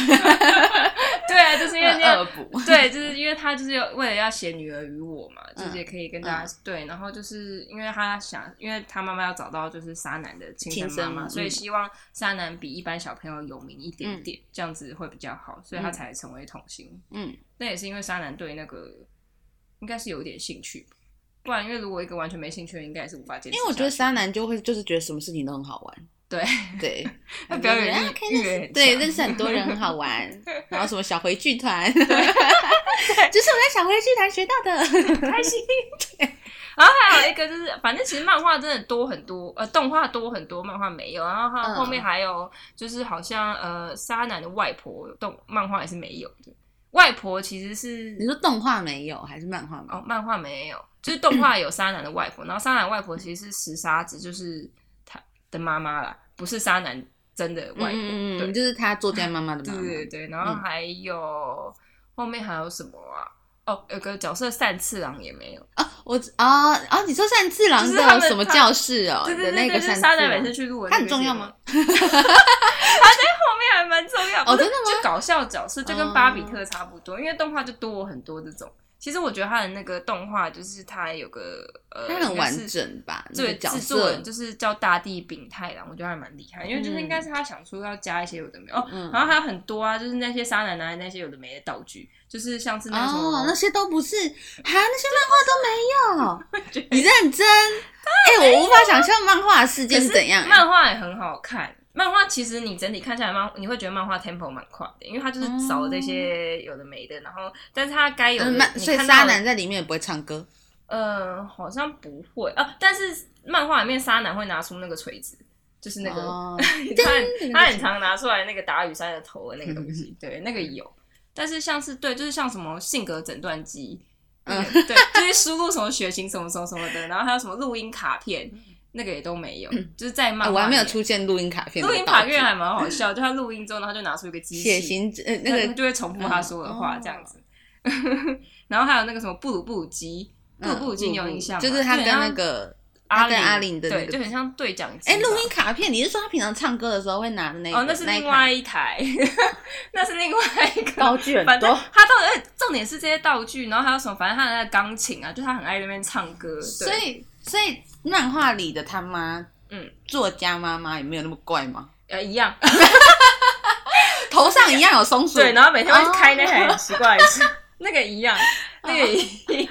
Speaker 1: 对啊，就是因为那样
Speaker 2: 恶补，
Speaker 1: 对，就是因为他就是有为了要写女儿与我嘛，
Speaker 2: 嗯
Speaker 1: 就是也可以跟大家、对，然后就是因为他想，因为他妈妈要找到就是沙男的亲
Speaker 2: 亲
Speaker 1: 生
Speaker 2: 生
Speaker 1: 妈妈，
Speaker 2: 嗯
Speaker 1: 所以希望沙男比一般小朋友有名一点点，这样子会比较好，所以他
Speaker 2: 嗯
Speaker 1: 才成为童星。
Speaker 2: 嗯，
Speaker 1: 那也是因为沙男对那个应该是有点兴趣，不然因为如果一个完全没兴趣的，应该也是无法坚持下
Speaker 2: 因
Speaker 1: 去。
Speaker 2: 为我觉得沙男就会就是觉得什么事情都很好玩，
Speaker 1: 对
Speaker 2: 对，
Speaker 1: 他表演
Speaker 2: 啊
Speaker 1: 欲
Speaker 2: 可以
Speaker 1: 欲也
Speaker 2: 认识
Speaker 1: 很强
Speaker 2: 对认识很多人很好玩， 然后什么小回剧团， 这是我在小回剧团学到的，
Speaker 1: 开心。然后还有一个就是，反正其实漫画真的多很多，呃，动画多很多，漫画没有。然后它
Speaker 2: 嗯
Speaker 1: 后面还有就是，好像呃，沙男的外婆动漫画也是没有的。外婆其实
Speaker 2: 你
Speaker 1: 是
Speaker 2: 说动画没有还是漫画没有？
Speaker 1: 哦，漫画没有，就是动画有沙男的外婆，然后沙男外婆其实是石沙子，就是他的妈妈啦，不是沙男真的外婆。
Speaker 2: 嗯嗯
Speaker 1: 对
Speaker 2: 嗯，就是他作家妈妈的妈妈，
Speaker 1: 对对对，
Speaker 2: 嗯
Speaker 1: 然后还有、后面还有什么啊？哦，有个角色善次郎也没有。
Speaker 2: 我啊啊！你说善次郎
Speaker 1: 就是他
Speaker 2: 的
Speaker 1: 们
Speaker 2: 什么教室哦？
Speaker 1: 对对
Speaker 2: 的那
Speaker 1: 对对，
Speaker 2: 个
Speaker 1: 就是
Speaker 2: 善
Speaker 1: 沙
Speaker 2: 次
Speaker 1: 男每次
Speaker 2: 郎，
Speaker 1: 去录的
Speaker 2: 他
Speaker 1: 那
Speaker 2: 很
Speaker 1: 个
Speaker 2: 重
Speaker 1: 节
Speaker 2: 要
Speaker 1: 目
Speaker 2: 吗？
Speaker 1: 他在后面还蛮重要
Speaker 2: 哦
Speaker 1: 不是
Speaker 2: 真的吗
Speaker 1: 就搞笑角色就跟巴比特差不多，因为动画就多很多这种。其实我觉得他的那个动画就是他有个呃，
Speaker 2: 他很
Speaker 1: 应该
Speaker 2: 完
Speaker 1: 是。
Speaker 2: 整吧？那
Speaker 1: 对，
Speaker 2: 个角
Speaker 1: 制作
Speaker 2: 色
Speaker 1: 人就是叫大地丙太郎，我觉得还蛮厉害，因为就是
Speaker 2: 嗯
Speaker 1: 应该是他想出要加一些有的没有、哦
Speaker 2: 嗯，
Speaker 1: 然后还有很多啊，就是那些沙奶奶那些有的没的道具，就是像是那个什么，。
Speaker 2: 哦，那些都不是啊，那些漫画都没有 你认真？哎，我无法想象漫画的世界是怎样。
Speaker 1: 漫画也很好看，漫画其实你整体看下来漫，你会觉得漫画 tempo 蛮快的，因为它就是少了这些有的没的，然后但是它该有的
Speaker 2: 嗯，漫
Speaker 1: 你
Speaker 2: 所以
Speaker 1: 看
Speaker 2: 沙
Speaker 1: 到的
Speaker 2: 男在里面也不会唱歌
Speaker 1: 呃好像不会啊，但是漫画里面沙男会拿出那个锤子，就是那个、
Speaker 2: 哦
Speaker 1: 你
Speaker 2: 叮
Speaker 1: 看
Speaker 2: 那 个
Speaker 1: 他很常拿出来那个打雨伞的头的那个东
Speaker 2: 嗯
Speaker 1: 西，对，那个有。但是像是对，就是像什么性格诊断机，嗯
Speaker 2: 嗯，
Speaker 1: 对， 就是输入什么血型什么什么什么的，然后还有什么录音卡片，那个也都没有，就是在漫
Speaker 2: 哎
Speaker 1: 画里面、
Speaker 2: 我还没有出现录音卡片的
Speaker 1: 录
Speaker 2: 道具。
Speaker 1: 音卡片还啊蛮好笑，就他录音之后，然后就拿出一个机器，
Speaker 2: 血型呃那
Speaker 1: 对
Speaker 2: 个
Speaker 1: 他就会重复他说的话
Speaker 2: 嗯
Speaker 1: 这样子。 然后还有那个什么布鲁布鲁鸡，布鲁
Speaker 2: 嗯
Speaker 1: 布鲁鸡你有印象吗？
Speaker 2: 就是他
Speaker 1: 就很
Speaker 2: 跟
Speaker 1: 像啊
Speaker 2: 那个
Speaker 1: 阿
Speaker 2: 他跟
Speaker 1: 玲
Speaker 2: 阿玲的那
Speaker 1: 对，
Speaker 2: 个
Speaker 1: 就很像对讲机吧。
Speaker 2: 哎，录音卡片，你是说他平常唱歌的时候会拿的那
Speaker 1: 哦，
Speaker 2: 个
Speaker 1: 那是
Speaker 2: 一
Speaker 1: 另
Speaker 2: 卡
Speaker 1: 外一台， 那是另外一个
Speaker 2: 道具很
Speaker 1: 反正
Speaker 2: 多。
Speaker 1: 他到底哎重点是这些道具，然后还有什么？反正他的那个钢琴啊，就他很爱在那边唱歌，对
Speaker 2: 所以，所以漫画里的他妈，
Speaker 1: 嗯，
Speaker 2: 作家妈妈也没有那么怪吗？
Speaker 1: 呃一样。
Speaker 2: 头上一样有松鼠，
Speaker 1: 对，然后每天会
Speaker 2: 哦
Speaker 1: 开那台很奇怪的 车，那个一样，那个一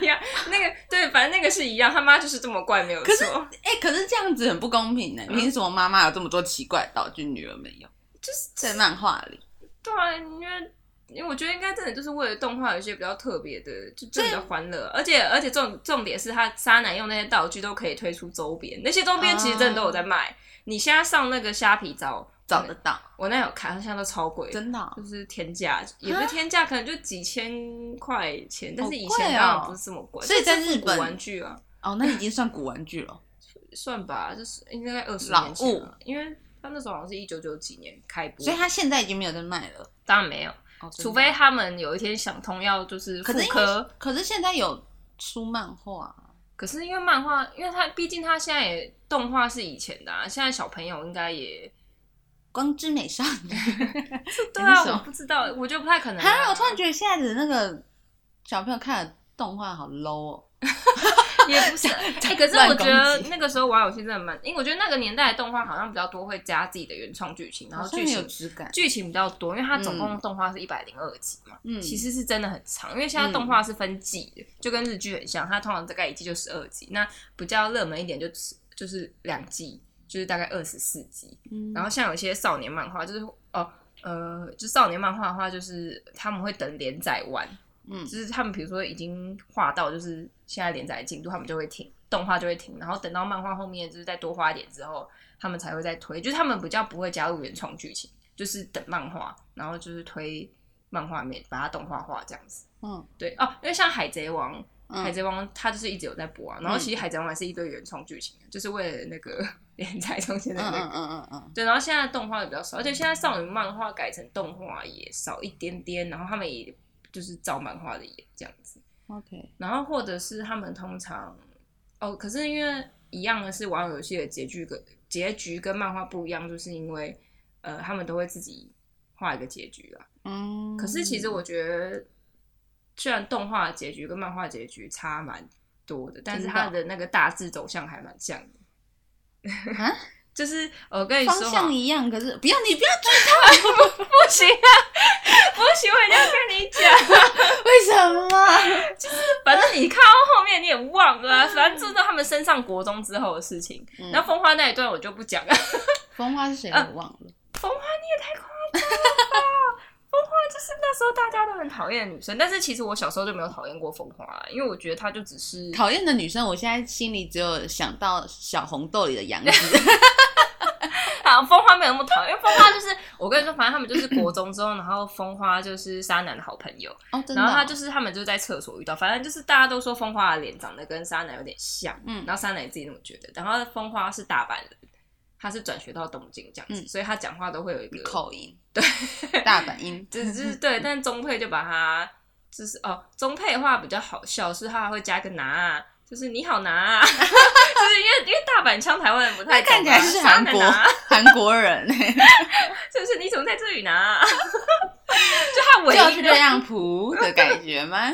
Speaker 1: 样，那个对，反正那个是一样，他妈就是这么怪，没有
Speaker 2: 可是
Speaker 1: 错。
Speaker 2: 哎、可是这样子很不公
Speaker 1: 嗯
Speaker 2: 平呢、凭什么妈妈有这么多奇怪的道具，女儿没有？
Speaker 1: 就是
Speaker 2: 在漫画里，
Speaker 1: 对啊，因为。因为我觉得应该真的就是为了动画有一些比较特别的，就真的比较欢乐，而且而且重重点是他渣男用那些道具都可以推出周边，那些周边其实真的都有在卖。你现在上那个虾皮找
Speaker 2: 哦找得到，
Speaker 1: 我那有看，它现在都超贵，
Speaker 2: 真的哦、
Speaker 1: 就是天价，也不是天价，可能就几千块钱，但是以前
Speaker 2: 好贵哦
Speaker 1: 当然不是这么贵，
Speaker 2: 所以在
Speaker 1: 就是
Speaker 2: 日本
Speaker 1: 古玩具啊，
Speaker 2: 哦，那已经算古玩具 了。
Speaker 1: 算吧，就是应该二十
Speaker 2: 老
Speaker 1: 年前了，因为他那时候好像是一九九几年开播，
Speaker 2: 所以他现在已经没有在卖了，
Speaker 1: 当然没有，
Speaker 2: 哦、真的
Speaker 1: 除非他们有一天想通要就是复
Speaker 2: 可是因为
Speaker 1: 刻。，
Speaker 2: 可是现在有出漫画，
Speaker 1: 可是因为漫画，因为他毕竟他现在也动画是以前的啊，现在小朋友应该 也
Speaker 2: 光之美少女。
Speaker 1: 对啊，
Speaker 2: 很少
Speaker 1: 我不知道，我觉得不太可能 啊。
Speaker 2: 哈，我突然觉得现在的那个小朋友看的动画好 low 哦。
Speaker 1: 也不是。哎、可是我觉得那个时候玩游戏真的蛮，因为我觉得那个年代的动画好像比较多会加自己的原创剧情，然后
Speaker 2: 好像
Speaker 1: 剧
Speaker 2: 很有
Speaker 1: 情
Speaker 2: 质感。
Speaker 1: 剧情比较多，因为它总共动画是一百零二集嘛，
Speaker 2: 嗯，
Speaker 1: 其实是真的很长，因为现在动画是分季的，就跟日剧很像，它通常大概一季就十二集，那比较热门一点就就是两季，就是大概二十四集。
Speaker 2: 嗯
Speaker 1: 然后像有些少年漫画，就是哦呃，就少年漫画的话，就是他们会等连载完，
Speaker 2: 嗯
Speaker 1: 就是他们比如说已经画到就是现在连载的进度，他们就会停，动画就会停，然后等到漫画后面就是再多画一点之后，他们才会再推，就是他们比较不会加入原创剧情，就是等漫画，然后就是推漫画面把它动画化这样子。
Speaker 2: 嗯
Speaker 1: 对哦，因为像海贼王。
Speaker 2: 嗯
Speaker 1: 海贼王它就是一直有在播啊，然后其实海贼王也是一堆原创剧情，啊就是为了那个 连载中间的那
Speaker 2: 嗯
Speaker 1: 个
Speaker 2: 嗯嗯嗯嗯，
Speaker 1: 对，然后现在动画也比较少，而且现在少女漫画改成动画也少一点点，然后他们也就是照漫画的演这样子，
Speaker 2: 嗯，OK，
Speaker 1: 然后或者是他们通常哦，可是因为一样的是玩游戏的结局跟结局跟漫画不一样，就是因为呃他们都会自己画一个结局啦。
Speaker 2: 嗯。
Speaker 1: 可是其实我觉得，虽然动画的结局跟漫画结局差蛮多的，但是
Speaker 2: 真
Speaker 1: 它
Speaker 2: 的哦
Speaker 1: 的那个大致走向还蛮像的。
Speaker 2: 啊，
Speaker 1: 就是呃我跟你说
Speaker 2: 方
Speaker 1: 好
Speaker 2: 向一样，可是不要你不要追，
Speaker 1: 不行啊，不行，我一定要跟你讲。
Speaker 2: 为什么？
Speaker 1: 反 正你看到后面你也忘了啊、反正这是他们升上国中之后的事情。
Speaker 2: 嗯
Speaker 1: 然后风花那一段我就不讲了，
Speaker 2: 风花是谁？
Speaker 1: 嗯
Speaker 2: 我忘了。
Speaker 1: 风花你也太夸张了吧！风花就是那时候大家都很讨厌的女生，但是其实我小时候就没有讨厌过风花啦，因为我觉得她就只是
Speaker 2: 讨厌的女生，我现在心里只有想到小红豆里的 杨子。
Speaker 1: 好，啊风花没有那么讨厌，因为风花就是我跟你说，反正他们就是国中之后，然后风花就是沙男的好朋友，
Speaker 2: 哦，真的哦。
Speaker 1: 然后他就是他们就在厕所遇到，反正就是大家都说风花的脸长得跟沙男有点像，
Speaker 2: 嗯
Speaker 1: 然后沙男也自己那么觉得。然后风花是大阪人，他是转学到东京这样子，
Speaker 2: 嗯
Speaker 1: 所以他讲话都会有一个，
Speaker 2: 口音，对，大阪音，
Speaker 1: 就是就是对。但中配就把他就是哦，中配的话比较好笑，是他还会加个拿、啊。就是你好拿、啊， 就是因为因为大阪腔台湾人不太 懂啊、
Speaker 2: 他看起来是
Speaker 1: 沙
Speaker 2: 韩
Speaker 1: 男
Speaker 2: 国
Speaker 1: 拿啊
Speaker 2: 韩国人，
Speaker 1: 啊 就是你怎么在这里拿、啊？ 就他唯
Speaker 2: 就
Speaker 1: 一
Speaker 2: 是
Speaker 1: 的
Speaker 2: 这样普的感觉 吗？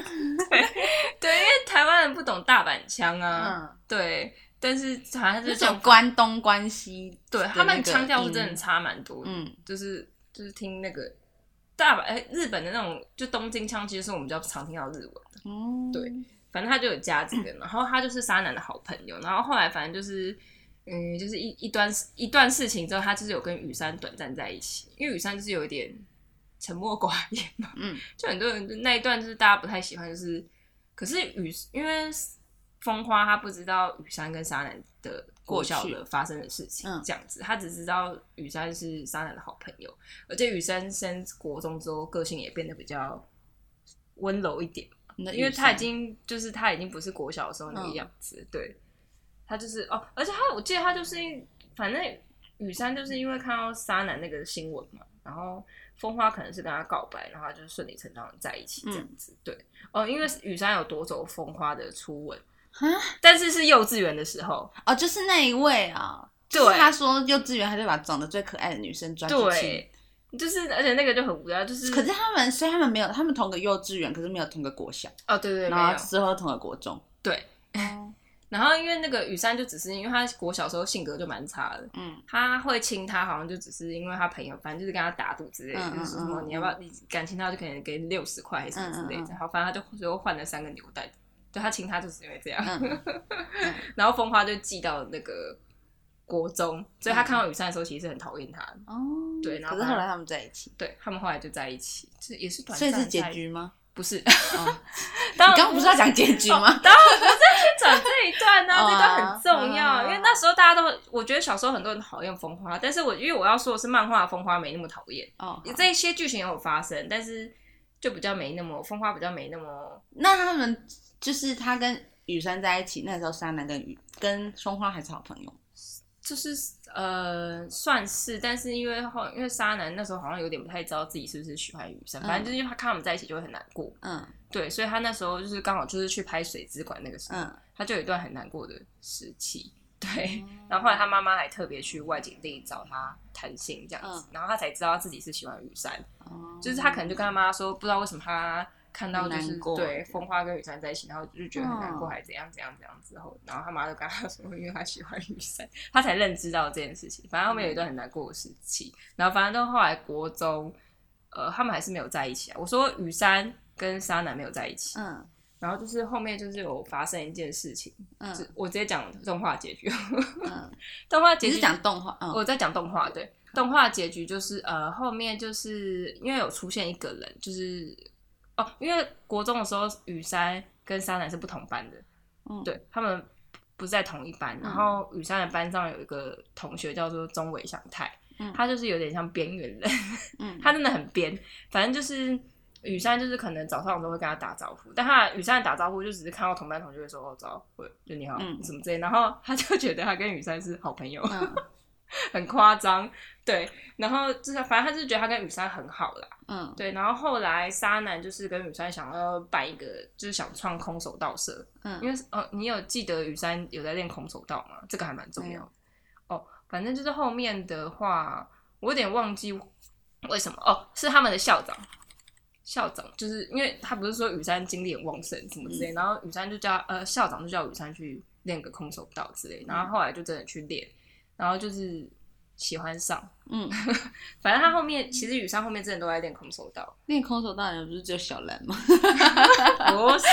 Speaker 1: 对，因为台湾人不懂大阪腔啊，
Speaker 2: 嗯，
Speaker 1: 对，但是好像
Speaker 2: 这
Speaker 1: 是
Speaker 2: 种
Speaker 1: 种，
Speaker 2: 关东关西的
Speaker 1: 对
Speaker 2: 那个音，
Speaker 1: 他们腔调是真的差蛮多的，
Speaker 2: 嗯，
Speaker 1: 就是就是听那个大阪哎、日本的那种就东京腔，其实是我们比较常听到日文的。
Speaker 2: 嗯，
Speaker 1: 对反正他就有加这个，然后他就是沙男的好朋友，然后后来反正就是。嗯，就是一一段一段事情之后，他就是有跟雨山短暂在一起，因为雨山就是有一点沉默寡言嘛，
Speaker 2: 嗯，
Speaker 1: 就很多人就那一段就是大家不太喜欢，就是可是雨因为风花他不知道雨山跟沙男的过校
Speaker 2: 过去
Speaker 1: 的发生的事情
Speaker 2: 嗯，
Speaker 1: 这样子，他只知道雨山是沙男的好朋友，而且雨山升国中之后个性也变得比较温柔一点，
Speaker 2: 那
Speaker 1: 因为
Speaker 2: 雨
Speaker 1: 他已
Speaker 2: 伞
Speaker 1: 经就是他已经不是国小的时候
Speaker 2: 嗯
Speaker 1: 那个样子，对，他就是哦，而且他我记得他就是反正雨山就是因为看到沙男那个新闻嘛，然后风花可能是跟他告白，然后他就顺理成章地在一起这样子，对，哦，因为雨山有夺走风花的初吻，
Speaker 2: 哈
Speaker 1: 但是是幼稚园的时候，
Speaker 2: 哦，就是那一位啊，
Speaker 1: 对
Speaker 2: 就是他说幼稚园他就把长得最可爱的女生抓出去
Speaker 1: 对。，嗯就是而且那个就很无聊，就是
Speaker 2: 啊可是他们虽然他们没有，他们同个幼稚园，可是没有同个国小，
Speaker 1: 哦，对对对，没
Speaker 2: 然
Speaker 1: 有
Speaker 2: 后之后同个国中。
Speaker 1: 对。
Speaker 2: 哦
Speaker 1: 然后，因为那个雨山就只是因为他国小时候性格就蛮差的，
Speaker 2: 嗯，
Speaker 1: 他会亲他，好像就只是因为他朋友，反正就是跟他打赌之类的，
Speaker 2: 嗯嗯
Speaker 1: 就是说什么
Speaker 2: 嗯
Speaker 1: 你要不要你敢亲他，就可能给你六十块还是什么之类的。
Speaker 2: 嗯嗯
Speaker 1: 然后反正他就最后换了三个扭蛋，就他亲他就是因为这样。
Speaker 2: 嗯
Speaker 1: 然后风花就寄到那个国中，所以
Speaker 2: 嗯
Speaker 1: 他看到雨山的时候其实是很讨厌他的。
Speaker 2: 哦，
Speaker 1: 对然后
Speaker 2: 可是后来他们在一起，
Speaker 1: 对他们后来就在一起，这也是短
Speaker 2: 所
Speaker 1: 暂在一
Speaker 2: 以是
Speaker 1: 起。
Speaker 2: 结局吗？
Speaker 1: 不是？
Speaker 2: 哦
Speaker 1: 当然
Speaker 2: 你
Speaker 1: 哦
Speaker 2: 刚刚不是要讲结局吗？
Speaker 1: 当然不是要去转这一段呢、
Speaker 2: 哦啊
Speaker 1: 这段很重要，
Speaker 2: 啊
Speaker 1: 因为那时候大家都，我觉得小时候很多人讨厌风花，但是我因为我要说的是漫画的风花没那么讨厌，
Speaker 2: 哦，
Speaker 1: 这些剧情也有发生，但是就比较没那么风花比较没那么
Speaker 2: 那他们就是他跟雨山在一起，那时候沙男跟雨跟松花还是好朋友。
Speaker 1: 就是呃算是，但是因为后因为沙男那时候好像有点不太知道自己是不是喜欢雨山，
Speaker 2: 嗯
Speaker 1: 反正就是因为他看他们在一起就会很难过，
Speaker 2: 嗯
Speaker 1: 对，所以他那时候就是刚好就是去拍水之馆那个时候，
Speaker 2: 嗯，
Speaker 1: 他就有一段很难过的时期，对。然后后来他妈妈还特别去外景地找他谈
Speaker 2: 嗯
Speaker 1: 心这样子，然后他才知道自己是喜欢雨山，
Speaker 2: 后
Speaker 1: 就是他可能就跟他妈说，不知道为什么他看到就
Speaker 2: 很
Speaker 1: 是
Speaker 2: 难过
Speaker 1: 对风花跟雨山在一起，然后就觉得很难过，
Speaker 2: 嗯
Speaker 1: 还怎样怎样怎样之后，然后他妈就跟他说，因为他喜欢雨山，他才认知到这件事情。反正他们有一
Speaker 2: 嗯
Speaker 1: 段很难过的时期，然后反正到后来国中，呃，他们还是没有在一起啊。我说雨山跟沙男没有在一起，
Speaker 2: 嗯
Speaker 1: 然后就是后面就是有发生一件事情，是
Speaker 2: 嗯
Speaker 1: 我直接讲动画结局，
Speaker 2: 嗯，
Speaker 1: 动画结局
Speaker 2: 只是讲动画，嗯
Speaker 1: 我在讲动画，对，动画结局就是呃，后面就是因为有出现一个人，就是哦，因为国中的时候，雨山跟沙男是不同班的，
Speaker 2: 嗯
Speaker 1: 对他们不在同一班。然后雨山的班上有一个同学叫做中尾祥太，
Speaker 2: 嗯
Speaker 1: 他就是有点像边缘人，
Speaker 2: 嗯，
Speaker 1: 他真的很边，反正就是。雨山就是可能早上我都会跟他打招呼，但他雨山的打招呼就只是看到同班同学会说哦早，我就你好、
Speaker 2: 嗯
Speaker 1: 什么之类，然后他就觉得他跟雨山是好朋友，
Speaker 2: 嗯
Speaker 1: 很夸张，对。然后就是，反正他就是觉得他跟雨山很好啦，
Speaker 2: 嗯
Speaker 1: 对。然后后来沙男就是跟雨山想要办一个，就是想创空手道社，因
Speaker 2: 嗯，
Speaker 1: 为哦，你有记得雨山有在练空手道吗？这个还蛮重要的哦。反正就是后面的话，我有点忘记为什么哦，是他们的校长。校长就是因为他不是说雨山精力很旺盛什么之类，
Speaker 2: 嗯
Speaker 1: 然后雨山就叫呃校长就叫雨山去练个空手道之类，然
Speaker 2: 嗯
Speaker 1: 后后来就真的去练，然后就是喜欢上，
Speaker 2: 嗯，
Speaker 1: 反正他后面其实雨山后面真的都在练空手 道，
Speaker 2: 练空手道的人不是只有小兰吗？
Speaker 1: 不是，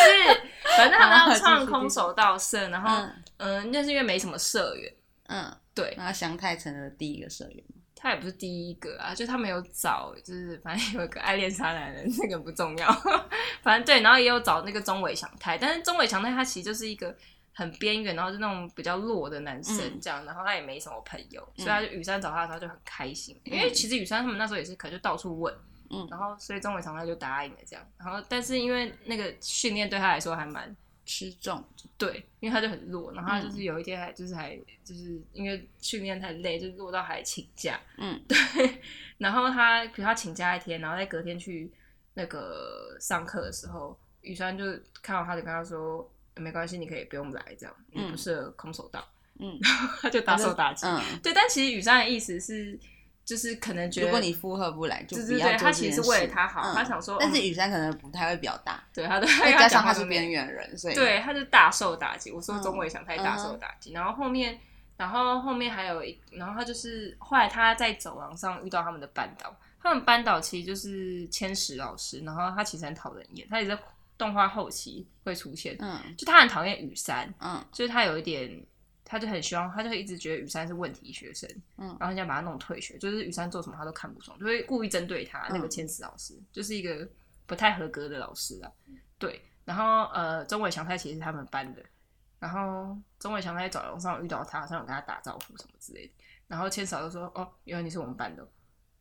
Speaker 1: 反正他们要
Speaker 2: 好继
Speaker 1: 创
Speaker 2: 续
Speaker 1: 空手道社，然后
Speaker 2: 嗯
Speaker 1: 嗯，那、是因为没什么社员，
Speaker 2: 嗯，
Speaker 1: 对
Speaker 2: 然后祥太成了第一个社员，
Speaker 1: 他也不是第一个啊，就他们有找，就是反正有一个爱恋沙男人，那个不重要， 反正对，然后也有找那个中尾祥太，但是中尾祥太他其实就是一个很边缘，然后是那种比较弱的男生
Speaker 2: 嗯
Speaker 1: 这样，然后他也没什么朋友，
Speaker 2: 嗯
Speaker 1: 所以他就雨山找他的时候就很开心，因为其实雨山他们那时候也是可能就到处问，
Speaker 2: 嗯
Speaker 1: 然后所以中尾祥太就答应了这样，然后但是因为那个训练对他来说还蛮
Speaker 2: 吃重，
Speaker 1: 对，因为他就很弱，然后他
Speaker 2: 嗯
Speaker 1: 就是有一天还就是还就是因为训练太累，就弱到还请假。
Speaker 2: 嗯，
Speaker 1: 对。然后他比如他请假一天，然后在隔天去那个上课的时候，雨山就看到他就跟他说：“没关系，你可以不用来，这样你不
Speaker 2: 嗯
Speaker 1: 适合空手道。
Speaker 2: 嗯
Speaker 1: 他就大受打击。
Speaker 2: 嗯，
Speaker 1: 对，但其实雨山的意思是，就是可能觉
Speaker 2: 如
Speaker 1: 得
Speaker 2: 果你负荷不来，就
Speaker 1: 对
Speaker 2: 不
Speaker 1: 对对，
Speaker 2: 要做
Speaker 1: 他
Speaker 2: 这
Speaker 1: 其
Speaker 2: 件事。
Speaker 1: 实是为了他好，
Speaker 2: 嗯
Speaker 1: 他想说，
Speaker 2: 但是
Speaker 1: 嗯
Speaker 2: 雨山可能不太会表达，
Speaker 1: 对他的
Speaker 2: 再加上他是
Speaker 1: 边缘。
Speaker 2: 边缘人，所以
Speaker 1: 对，他就大受打击。我说
Speaker 2: 嗯
Speaker 1: 中尾翔太大受打击，然后后面，然后后面还有一，然后他就是后来他在走廊上遇到他们的班导，他们班导其实就是千石老师，然后他其实很讨人厌，他也在动画后期会出现，
Speaker 2: 嗯
Speaker 1: 就他很讨厌雨山，
Speaker 2: 嗯
Speaker 1: 就是他有一点。他就很希望，他就一直觉得雨山是问题学生，
Speaker 2: 嗯
Speaker 1: 然后人家把他弄退学，就是雨山做什么他都看不爽，就会故意针对他。那个
Speaker 2: 嗯
Speaker 1: 千石老师、就是一个不太合格的老师啊，对，然后呃，中尾祥太其实是他们班的，然后中尾祥太在走廊上遇到他，好像有跟他打招呼什么之类的，然后千嫂就说：“哦，原来你是我们班的哦。”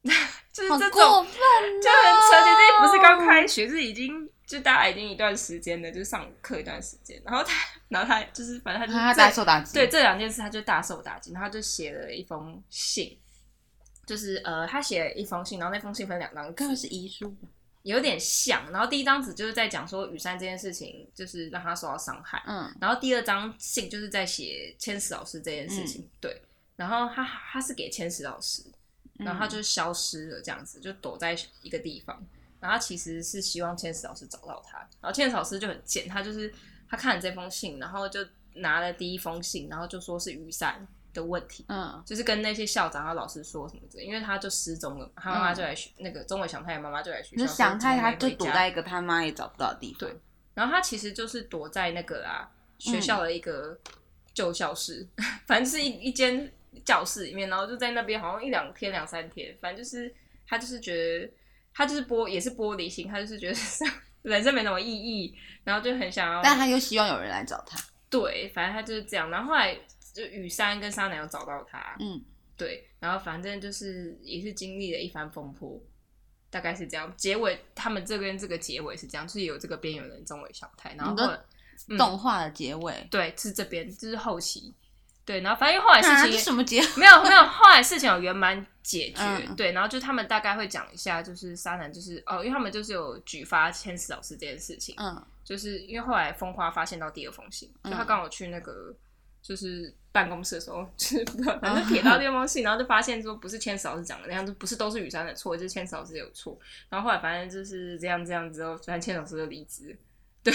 Speaker 1: 就是
Speaker 2: 好
Speaker 1: 这
Speaker 2: 过
Speaker 1: 种
Speaker 2: 分哦啊
Speaker 1: 就很扯，其实不是刚开学，是已经就大家已经一段时间了，就是上课一段时间，然后他， 然后他就是反正他就是
Speaker 2: 啊他
Speaker 1: 这
Speaker 2: 大受打击，
Speaker 1: 对，这两件事，他就大受打击，然后他就写了一封信。就是呃，他写了一封信，然后那封信分两张纸
Speaker 2: 根本，是遗书，
Speaker 1: 有点像。然后第一张纸就是在讲说雨山这件事情，就是让他受到伤害。
Speaker 2: 嗯
Speaker 1: 然后第二张信就是在写千石老师这件事
Speaker 2: 嗯
Speaker 1: 情，对。然后他他是给千石老师，然后
Speaker 2: 嗯
Speaker 1: 他就消失了，这样子就躲在一个地方。然后他其实是希望千石老师找到他，然后千石老师就很贱，他就是他看了这封信，然后就拿了第一封信，然后就说是雨伞的问题，
Speaker 2: 嗯
Speaker 1: 就是跟那些校长啊和老师说什么的，因为他就失踪了，他妈妈就来学、那个中文祥太的妈妈就来学校
Speaker 2: 嗯
Speaker 1: 说，
Speaker 2: 你就想太
Speaker 1: 怎么
Speaker 2: 他
Speaker 1: 没
Speaker 2: 就
Speaker 1: 回
Speaker 2: 躲
Speaker 1: 家
Speaker 2: 在一个他妈也找不到的地方，
Speaker 1: 对然后他其实就是躲在那个啦
Speaker 2: 嗯
Speaker 1: 学校的一个旧校室， 反正就是一一间教室里面，然后就在那边好像一两天两三天，反正就是他就是觉得他就是玻也是玻璃心，他就是觉得 人生没什么意义，然后就很想要
Speaker 2: 但他又希望有人来找他，
Speaker 1: 对，反正他就是这样。然后后来就雨山跟沙男有找到他，
Speaker 2: 嗯
Speaker 1: 对，然后反正就是也是经历了一番风波，大概是这样。结尾他们这边这个结尾是这样，就是有这个边缘人中尾小太，然后
Speaker 2: 你说
Speaker 1: 后来嗯
Speaker 2: 动画的结尾，
Speaker 1: 对，是这边，就是后期。对，然后反正因为后来
Speaker 2: 啊，
Speaker 1: 事
Speaker 2: 这
Speaker 1: 情、
Speaker 2: 什么结？
Speaker 1: 没有没有，后来事情有圆满解决。
Speaker 2: 嗯
Speaker 1: 对，然后就他们大概会讲一下，就是沙男就是哦，因为他们就是有举发千石老师这件事情，
Speaker 2: 嗯
Speaker 1: 就是因为后来风花发现到第二封信，就他
Speaker 2: 嗯
Speaker 1: 刚好去那个就是办公室的时候，就是不知道
Speaker 2: 嗯
Speaker 1: 反正瞥到电风信，然后就发现说不是千石老师讲的那样，就不是都是雨山的错，就是千石老师有错。然后后来反正就是这样这样之后，反正千石老师就离职了。对，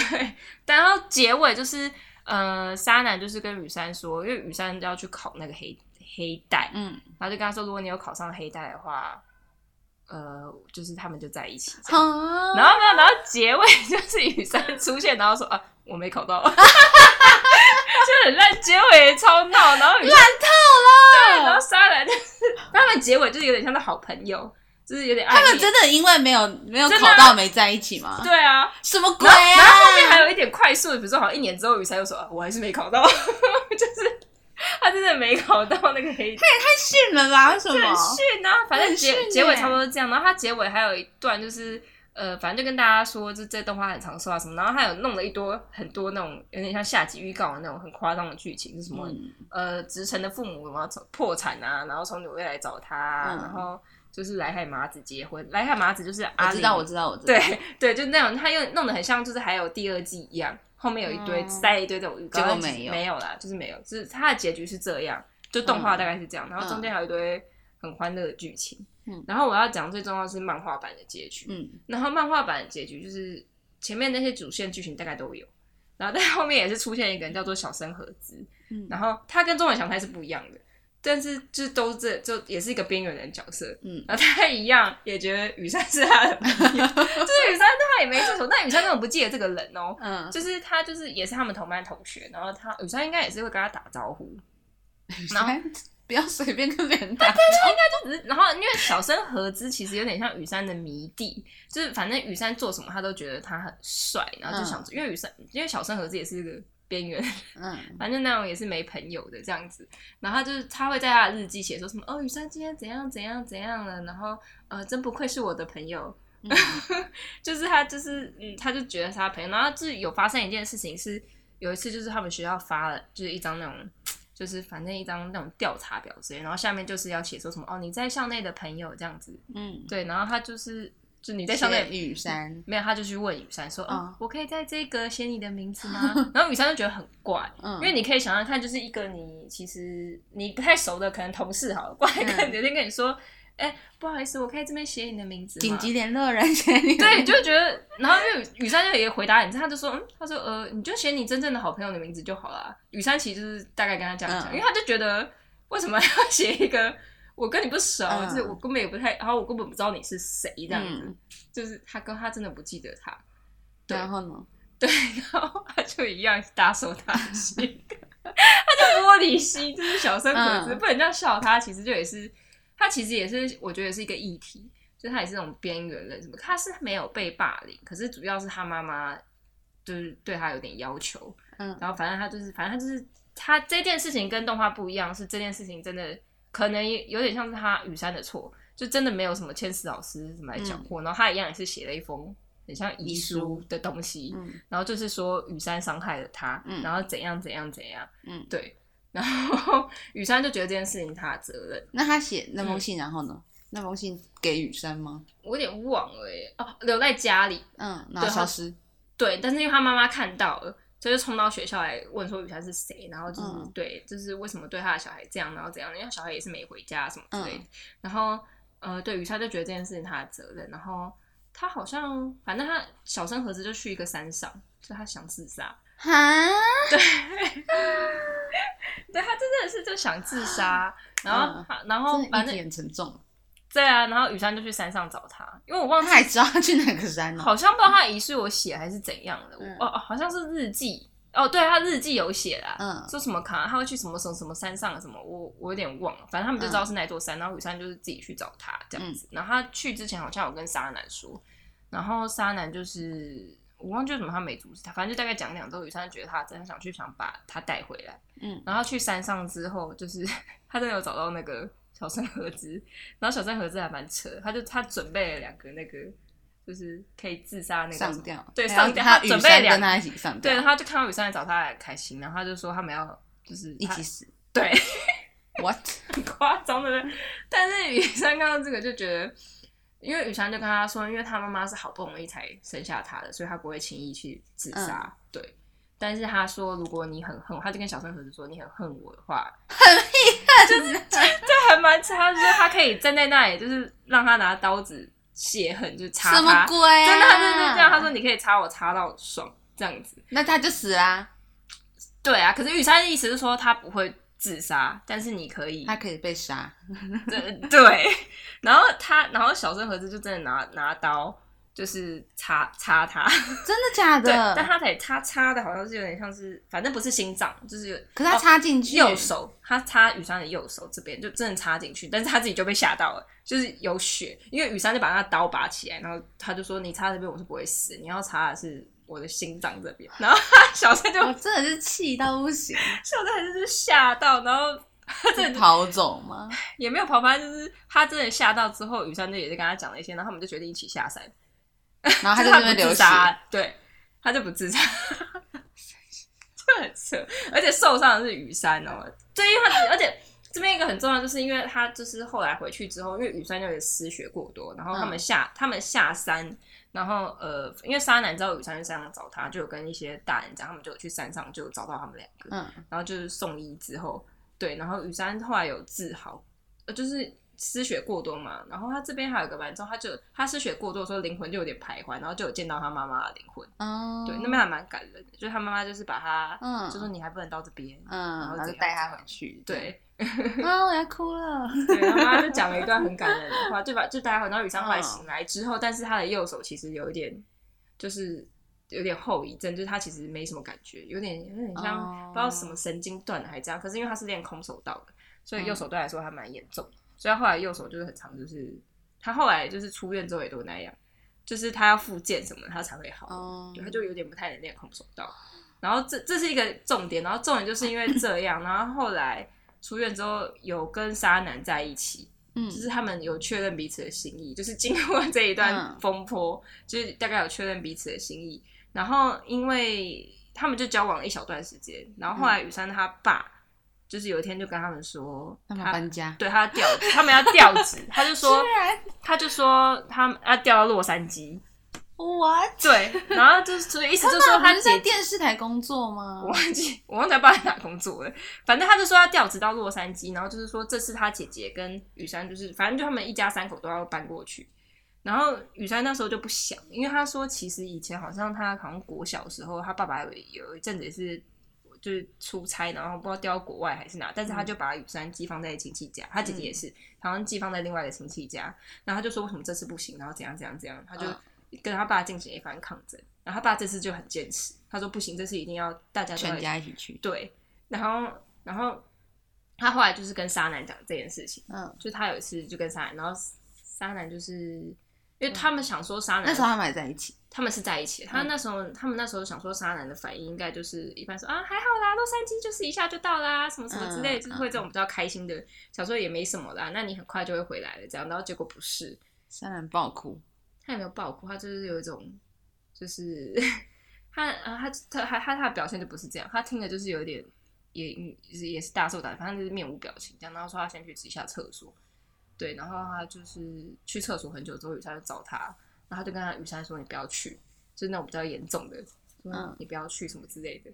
Speaker 1: 但然后结尾就是呃，沙男就是跟雨山说，因为雨山要去考那个黑黑带，
Speaker 2: 嗯，
Speaker 1: 然后就跟他说，如果你有考上黑带的话，呃，就是他们就在一起这样。
Speaker 2: 好
Speaker 1: 然后没有，然后结尾 就是雨山出现，然后说啊，我没考到， 就很烂，结尾超闹，然后雨山对，然后沙兰就是 他们结尾就是有点像是好朋友，就是有点暧昧，
Speaker 2: 他们真的因为没有没有
Speaker 1: 真
Speaker 2: 考
Speaker 1: 的啊
Speaker 2: 到没在一起吗？
Speaker 1: 对啊，
Speaker 2: 什么鬼
Speaker 1: 然后然后后面还
Speaker 2: 啊！
Speaker 1: 有一点快速的，比如说好像一年之后雨山又说、啊、我还是没考到， 就是他真的没考到那个黑带。
Speaker 2: 太逊了吧？为什
Speaker 1: 就
Speaker 2: 么
Speaker 1: 很？逊啊，反正
Speaker 2: 哦很
Speaker 1: 结、
Speaker 2: 逊欸
Speaker 1: 结尾差不多是这样。然后它结尾还有一段就是。呃，反正就跟大家说，这这动画很长寿啊什么，然后还有弄了一多很多那种有点像下集预告的那种很夸张的剧情，就是什么、
Speaker 2: 嗯
Speaker 1: 呃，直城的父母然后破产啊，然后从纽约来找他啊，
Speaker 2: 嗯
Speaker 1: 然后就是莱海麻子结婚，莱海麻子就是
Speaker 2: 我
Speaker 1: 阿
Speaker 2: 知
Speaker 1: 里
Speaker 2: 道，我知道，我知道。
Speaker 1: 对 对，就那种他又弄得很像，就是还有第二季一样，后面有一堆、
Speaker 2: 嗯
Speaker 1: 塞一堆这种预告，
Speaker 2: 结果
Speaker 1: 但其实
Speaker 2: 没有
Speaker 1: 没有啦，就是没有，就是它的结局是这样，就动画大概是这样，然后中间还有一堆很欢乐的剧情，
Speaker 2: 嗯
Speaker 1: 然后我要讲最重要的是漫画版的结局，
Speaker 2: 嗯，
Speaker 1: 然后漫画版的结局就是前面那些主线剧情大概都有，然后但后面也是出现一个人叫做小森和子，
Speaker 2: 嗯
Speaker 1: 然后他跟中本祥太是不一样的，但是就是都是这就也是一个边缘人角色，
Speaker 2: 嗯
Speaker 1: 然后他一样也觉得雨山是他的朋友， 就是雨山他也没做什么，但雨山根本不记得这个人哦，
Speaker 2: 嗯，
Speaker 1: 就是他就是也是他们同班同学，然后他雨山应该也是会跟他打招呼，然
Speaker 2: 然
Speaker 1: 后
Speaker 2: 后 不要随便跟别人打。
Speaker 1: 就只是然后因为小生和之其实有点像雨山的迷弟，就是反正雨山做什么他都觉得他很帅，然后就想、因为雨山因为小生和之也是一个边缘
Speaker 2: 嗯，
Speaker 1: 反正那种也是没朋友的这样子。然后他就是他会在他的日记写说什么哦，雨山今天怎样怎样怎样了，然后呃，真不愧是我的朋友。
Speaker 2: 嗯
Speaker 1: 就是他就是嗯，他就觉得是他朋友。然后就是有发生一件事情是有一次就是他们学校发了就是一张那种。就是反正一张那种调查表之类，然后下面就是要写说什么哦，你在校内的朋友这样子，
Speaker 2: 嗯，
Speaker 1: 对，然后他就是就你在嗯校
Speaker 2: 上
Speaker 1: 内
Speaker 2: 面雨山，
Speaker 1: 没有，他就去问雨山说，哦
Speaker 2: 嗯，
Speaker 1: 我可以在这个写你的名字吗？ 然后雨山就觉得很怪，
Speaker 2: 嗯，
Speaker 1: 因为你可以想想看，就是一个你其实你不太熟的，可能同事好了，过来跟
Speaker 2: 嗯
Speaker 1: 有天跟你说，哎、不好意思，我可以这边写你的名字吗
Speaker 2: 紧急联络人选你，
Speaker 1: 对，你就觉得，然后因为雨山就也回答你，他就说，嗯，他说呃，你就写你真正的好朋友的名字就好了。雨山其实就是大概跟他这样讲，
Speaker 2: 嗯
Speaker 1: 因为他就觉得为什么要写一个我跟你不熟，
Speaker 2: 嗯
Speaker 1: 就是我根本也不太，然后我根本不知道你是谁这样子，
Speaker 2: 嗯
Speaker 1: 就是他跟他真的不记得他，对
Speaker 2: 然后呢？
Speaker 1: 对， 然后他就一样大手大心，他就玻璃心，就是小生鬼子，
Speaker 2: 嗯
Speaker 1: 不能这样笑他。其实就也是，他其实也是，我觉得也是一个议题，就是他也是那种边缘人什么，他是没有被霸凌，可是主要是他妈妈就是对他有点要求，
Speaker 2: 嗯
Speaker 1: 然后反正他就是，反正他就是他这件事情跟动画不一样，是这件事情真的可能也有点像是他雨山的错，就真的没有什么千石老师什么来讲过，然后他一样也是写了一封很像遗
Speaker 2: 嗯遗
Speaker 1: 书
Speaker 2: 书
Speaker 1: 的东西，
Speaker 2: 嗯
Speaker 1: 然后就是说雨山伤害了他，
Speaker 2: 嗯
Speaker 1: 然后怎样怎样怎样，
Speaker 2: 嗯，
Speaker 1: 对，然后雨山就觉得这件事情是他的责任，
Speaker 2: 那他写那
Speaker 1: 嗯
Speaker 2: 封信，然后呢？那封信给雨山吗？
Speaker 1: 我有点忘了耶，哦，留在家里，
Speaker 2: 嗯，然后消失。
Speaker 1: 对，但是因为他妈妈看到了，所以就冲到学校来问说雨山是谁，然后就是、
Speaker 2: 嗯
Speaker 1: 对，就是为什么对他的小孩这样，然后怎样，因为他小孩也是没回家什么之类
Speaker 2: 嗯
Speaker 1: 的，然后呃，对，雨山就觉得这件事情他的责任，然后他好像反正他小生盒子就去一个山上，就他想自杀，
Speaker 2: 哈，
Speaker 1: 对他真的是就想自杀，然后、他，然后
Speaker 2: 啊嗯真的
Speaker 1: 反
Speaker 2: 议题
Speaker 1: 正
Speaker 2: 很沉重。
Speaker 1: 对啊，然后雨山就去山上找他，因为我忘
Speaker 2: 他
Speaker 1: 记
Speaker 2: 还知道他去哪个山哦呢？
Speaker 1: 好像不知道他的遗书有写还是怎样的，我
Speaker 2: 嗯
Speaker 1: 哦哦，好像是日记哦，对他日记有写啦，
Speaker 2: 嗯
Speaker 1: 说什么卡他会去什么什么什么山上什么，我我有点忘了，反正他们就知道是那座山，然后雨山就是自己去找他这样
Speaker 2: 嗯
Speaker 1: 子，然后他去之前好像有跟沙男说，然后沙男就是。我忘记为什么他没阻止他，反正就大概讲两周，雨山觉得他真的想去，想把他带回来。
Speaker 2: 嗯
Speaker 1: 然后去山上之后，就是他真的有找到那个小生盒子，然后小生盒子还蛮扯，他就他准备了两个那个，就是可以自杀那个什么
Speaker 2: 上吊。
Speaker 1: 对
Speaker 2: 还
Speaker 1: 上
Speaker 2: 要
Speaker 1: 吊，
Speaker 2: 他
Speaker 1: 他
Speaker 2: 雨
Speaker 1: 准备
Speaker 2: 山
Speaker 1: 两
Speaker 2: 跟他一起上
Speaker 1: 对，
Speaker 2: 吊
Speaker 1: 然，后他就看到雨山来找他，很开心，然后他就说他们要就是
Speaker 2: 一
Speaker 1: 他
Speaker 2: 起死。
Speaker 1: 对，
Speaker 2: What？
Speaker 1: 很夸张的，但是雨山看到这个就觉得。因为雨山就跟
Speaker 2: 嗯
Speaker 1: 他说，因为他妈妈是好不容易才生下他的，所以他不会轻易去自杀。对，但是他说，如果你很恨我，他就跟小三盒子说，你很恨我的话，这还蛮差，就是他可以站在那里，就是让他拿刀子泄恨，就插
Speaker 2: 什 么
Speaker 1: 他。
Speaker 2: 鬼、啊？
Speaker 1: 真的，他真的这样。他说你可以插我，插到爽这样子。
Speaker 2: 那他就死啦、
Speaker 1: 对啊，可是玉山的意思是说他不会自杀，但是你可以
Speaker 2: 他可以被杀。
Speaker 1: 对对，然后他，然后小生盒子就真的拿拿刀，就是插插他，
Speaker 2: 真的假
Speaker 1: 对，
Speaker 2: 的？
Speaker 1: 但他得他插的好像是有点像是，反正不是心脏，就是有
Speaker 2: 可是他
Speaker 1: 哦
Speaker 2: 插进去、
Speaker 1: 右手，他插雨山的右手这边就真的插进去，但是他自己就被吓到了，就是有血，因为雨山就把他的刀拔起来，然后他就说你插这边我是不会死，你要插的是我的心脏这边，然后小生就
Speaker 2: 我真的是气到不行，
Speaker 1: 小生还是就是吓到，然后。他真的
Speaker 2: 是逃 走吗？
Speaker 1: 也没有跑，反正就是他真的吓到之后，雨山就也是跟他讲了一些，然后他们就决定一起下山。
Speaker 2: 然后他
Speaker 1: 就
Speaker 2: 就是在
Speaker 1: 他
Speaker 2: 那
Speaker 1: 不
Speaker 2: 边流
Speaker 1: 自
Speaker 2: 血，
Speaker 1: 杀，对，他就不自杀， 就很扯。而且受伤的是雨山哦，对，因为他而且这边一个很重要，就是因为他就是后来回去之后，因为雨山有点失血过多，然后他
Speaker 2: 嗯
Speaker 1: 们下、他们下山，然后呃，因为沙男知道雨山去山上找他，就有跟一些大人讲，他们就有去山上就找到他们两个，
Speaker 2: 嗯，
Speaker 1: 然后就是送医之后，对，然后雨山后来有治好，呃，就是失血过多嘛。然后他这边还有一个蛮重要，他就他失血过多的时候，灵魂就有点徘徊，然后就有见到他妈妈的灵魂。嗯
Speaker 2: 哦，
Speaker 1: 对，那边还蛮感人的，就是他妈妈就是把他，
Speaker 2: 嗯
Speaker 1: 就说你还不能到这边，
Speaker 2: 嗯，
Speaker 1: 然后
Speaker 2: 然后就
Speaker 1: 怎样
Speaker 2: 带他回去，
Speaker 1: 对，
Speaker 2: 啊，我要哭了，
Speaker 1: 对，他妈妈就讲了一段很感人的话，就把就大家回到雨山后来醒来之后，但是他的右手其实有一点，就是有点后遗症，就是他其实没什么感觉，有点有点像、
Speaker 2: 哦
Speaker 1: 不知道什么神经断了还这样。可是因为他是练空手道的，所以右手对他来说还蛮严重，所以他后来右手就是很长，就是他后来就是出院之后也都那样，就是他要复健什么的他才会好。
Speaker 2: 哦
Speaker 1: 对，他就有点不太能练空手道。然后这这是一个重点，然后重点就是因为这样，然后后来出院之后有跟沙男在一起，
Speaker 2: 嗯
Speaker 1: 就是他们有确认彼此的心意，就是经过这一段
Speaker 2: 嗯
Speaker 1: 风波，就是大概有确认彼此的心意。然后因为他们就交往了一小段时间，然后后
Speaker 2: 嗯
Speaker 1: 来雨山他爸就是有一天就跟他们说，
Speaker 2: 他们搬家，
Speaker 1: 对他要调，他们要调职，他就说
Speaker 2: 居然
Speaker 1: 他就说他们要调到洛杉矶，
Speaker 2: 我
Speaker 1: 对，然后就是所以意思就是说
Speaker 2: 他
Speaker 1: 他
Speaker 2: 不是
Speaker 1: 姐
Speaker 2: 在电视台工作吗
Speaker 1: 我？忘记 我忘记他爸在哪工作了，反正他就说要调职到洛杉矶，然后就是说这次他姐姐跟雨山就是反正就他们一家三口都要搬过去。然后雨山那时候就不想，因为他说其实以前好像他好像国小的时候，他爸爸有有一阵子也是就是出差，然后不知道调到国外还是哪，但是他就把雨山寄放在亲戚家，他姐姐也是，好像寄放在另外一个亲戚家，然后他就说为什么这次不行，然后怎样怎样怎样，他就
Speaker 2: 嗯
Speaker 1: 跟他爸进行一番抗争，然后他爸这次就很坚持，他说不行，这次一定要大家都要
Speaker 2: 全家一起去，
Speaker 1: 对，然后然后他后来就是跟沙男讲这件事情，
Speaker 2: 嗯，
Speaker 1: 就他有一次就跟沙男，然后沙男就是因为他们想说沙男、
Speaker 2: 嗯那时候他嗯们还在一起，
Speaker 1: 他们是在一起的，他那时候、他们那时候想说沙男的反应应该就是一般说啊还好啦，洛杉矶就是一下就到啦，什么什么之类，
Speaker 2: 嗯
Speaker 1: 就是会这种比较开心的，想说也没什么啦，那你很快就会回来了这样，然后结果不是，
Speaker 2: 三人爆哭，
Speaker 1: 他也没有爆哭，他就是有一种，就是 他啊，他他他他他的表现就不是这样，他听的就是有一点也也也是大受打击，反正就是面无表情这样。然后说他先去一下厕所，对，然后他就是去厕所很久之后，雨山就找他，然后他就跟他雨山说：“你不要去。”就是那种比较严重的，说
Speaker 2: 嗯
Speaker 1: 你不要去什么之类的。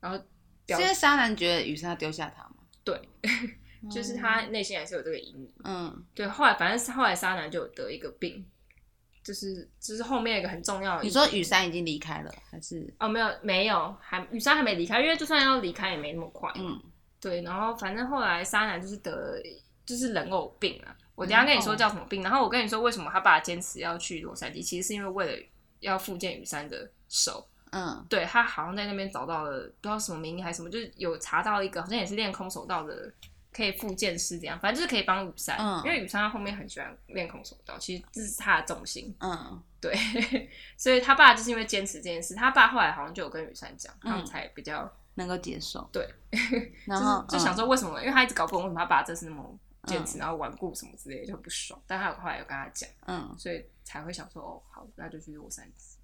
Speaker 1: 然后
Speaker 2: 是
Speaker 1: 表
Speaker 2: 因为沙男觉得雨山要丢下他吗？哦
Speaker 1: 对， 就是他内心还是有这个阴影。
Speaker 2: 嗯，
Speaker 1: 对，后来反正是后来沙男就有得一个病，就是就是后面有一个很重要的
Speaker 2: 你
Speaker 1: 议
Speaker 2: 说
Speaker 1: 题
Speaker 2: 雨山已经离开了，还是
Speaker 1: 哦，没有没有，还雨山还没离开，因为就算要离开也没那么快。
Speaker 2: 嗯
Speaker 1: 对，然后反正后来沙男就是得就是人偶病啊，我等一下跟你说
Speaker 2: 人偶
Speaker 1: 叫什么病。然后我跟你说为什么他爸坚持要去洛杉矶，其实是因为为了要复健雨山的手。
Speaker 2: 嗯
Speaker 1: 对他好像在那边找到了不知道什么名医还是什么，就是有查到一个好像也是练空手道的。可以复健师这样，反正就是可以帮雨山，
Speaker 2: 嗯
Speaker 1: 因为雨山他后面很喜欢练空手道，其实这是他的重心。
Speaker 2: 嗯
Speaker 1: 对， 所以他爸就是因为坚持这件事，他爸后来好像就有跟雨山讲，他们
Speaker 2: 嗯
Speaker 1: 才比较
Speaker 2: 能够接受，
Speaker 1: 对， 就
Speaker 2: 然后
Speaker 1: 是就想
Speaker 2: 嗯
Speaker 1: 说为什么，因为他一直搞不懂为什么他爸这次那么坚持，然后顽固什么之类的就不爽，但他后来有跟他讲，
Speaker 2: 嗯
Speaker 1: 所以才会想说哦好，那就去洛杉矶。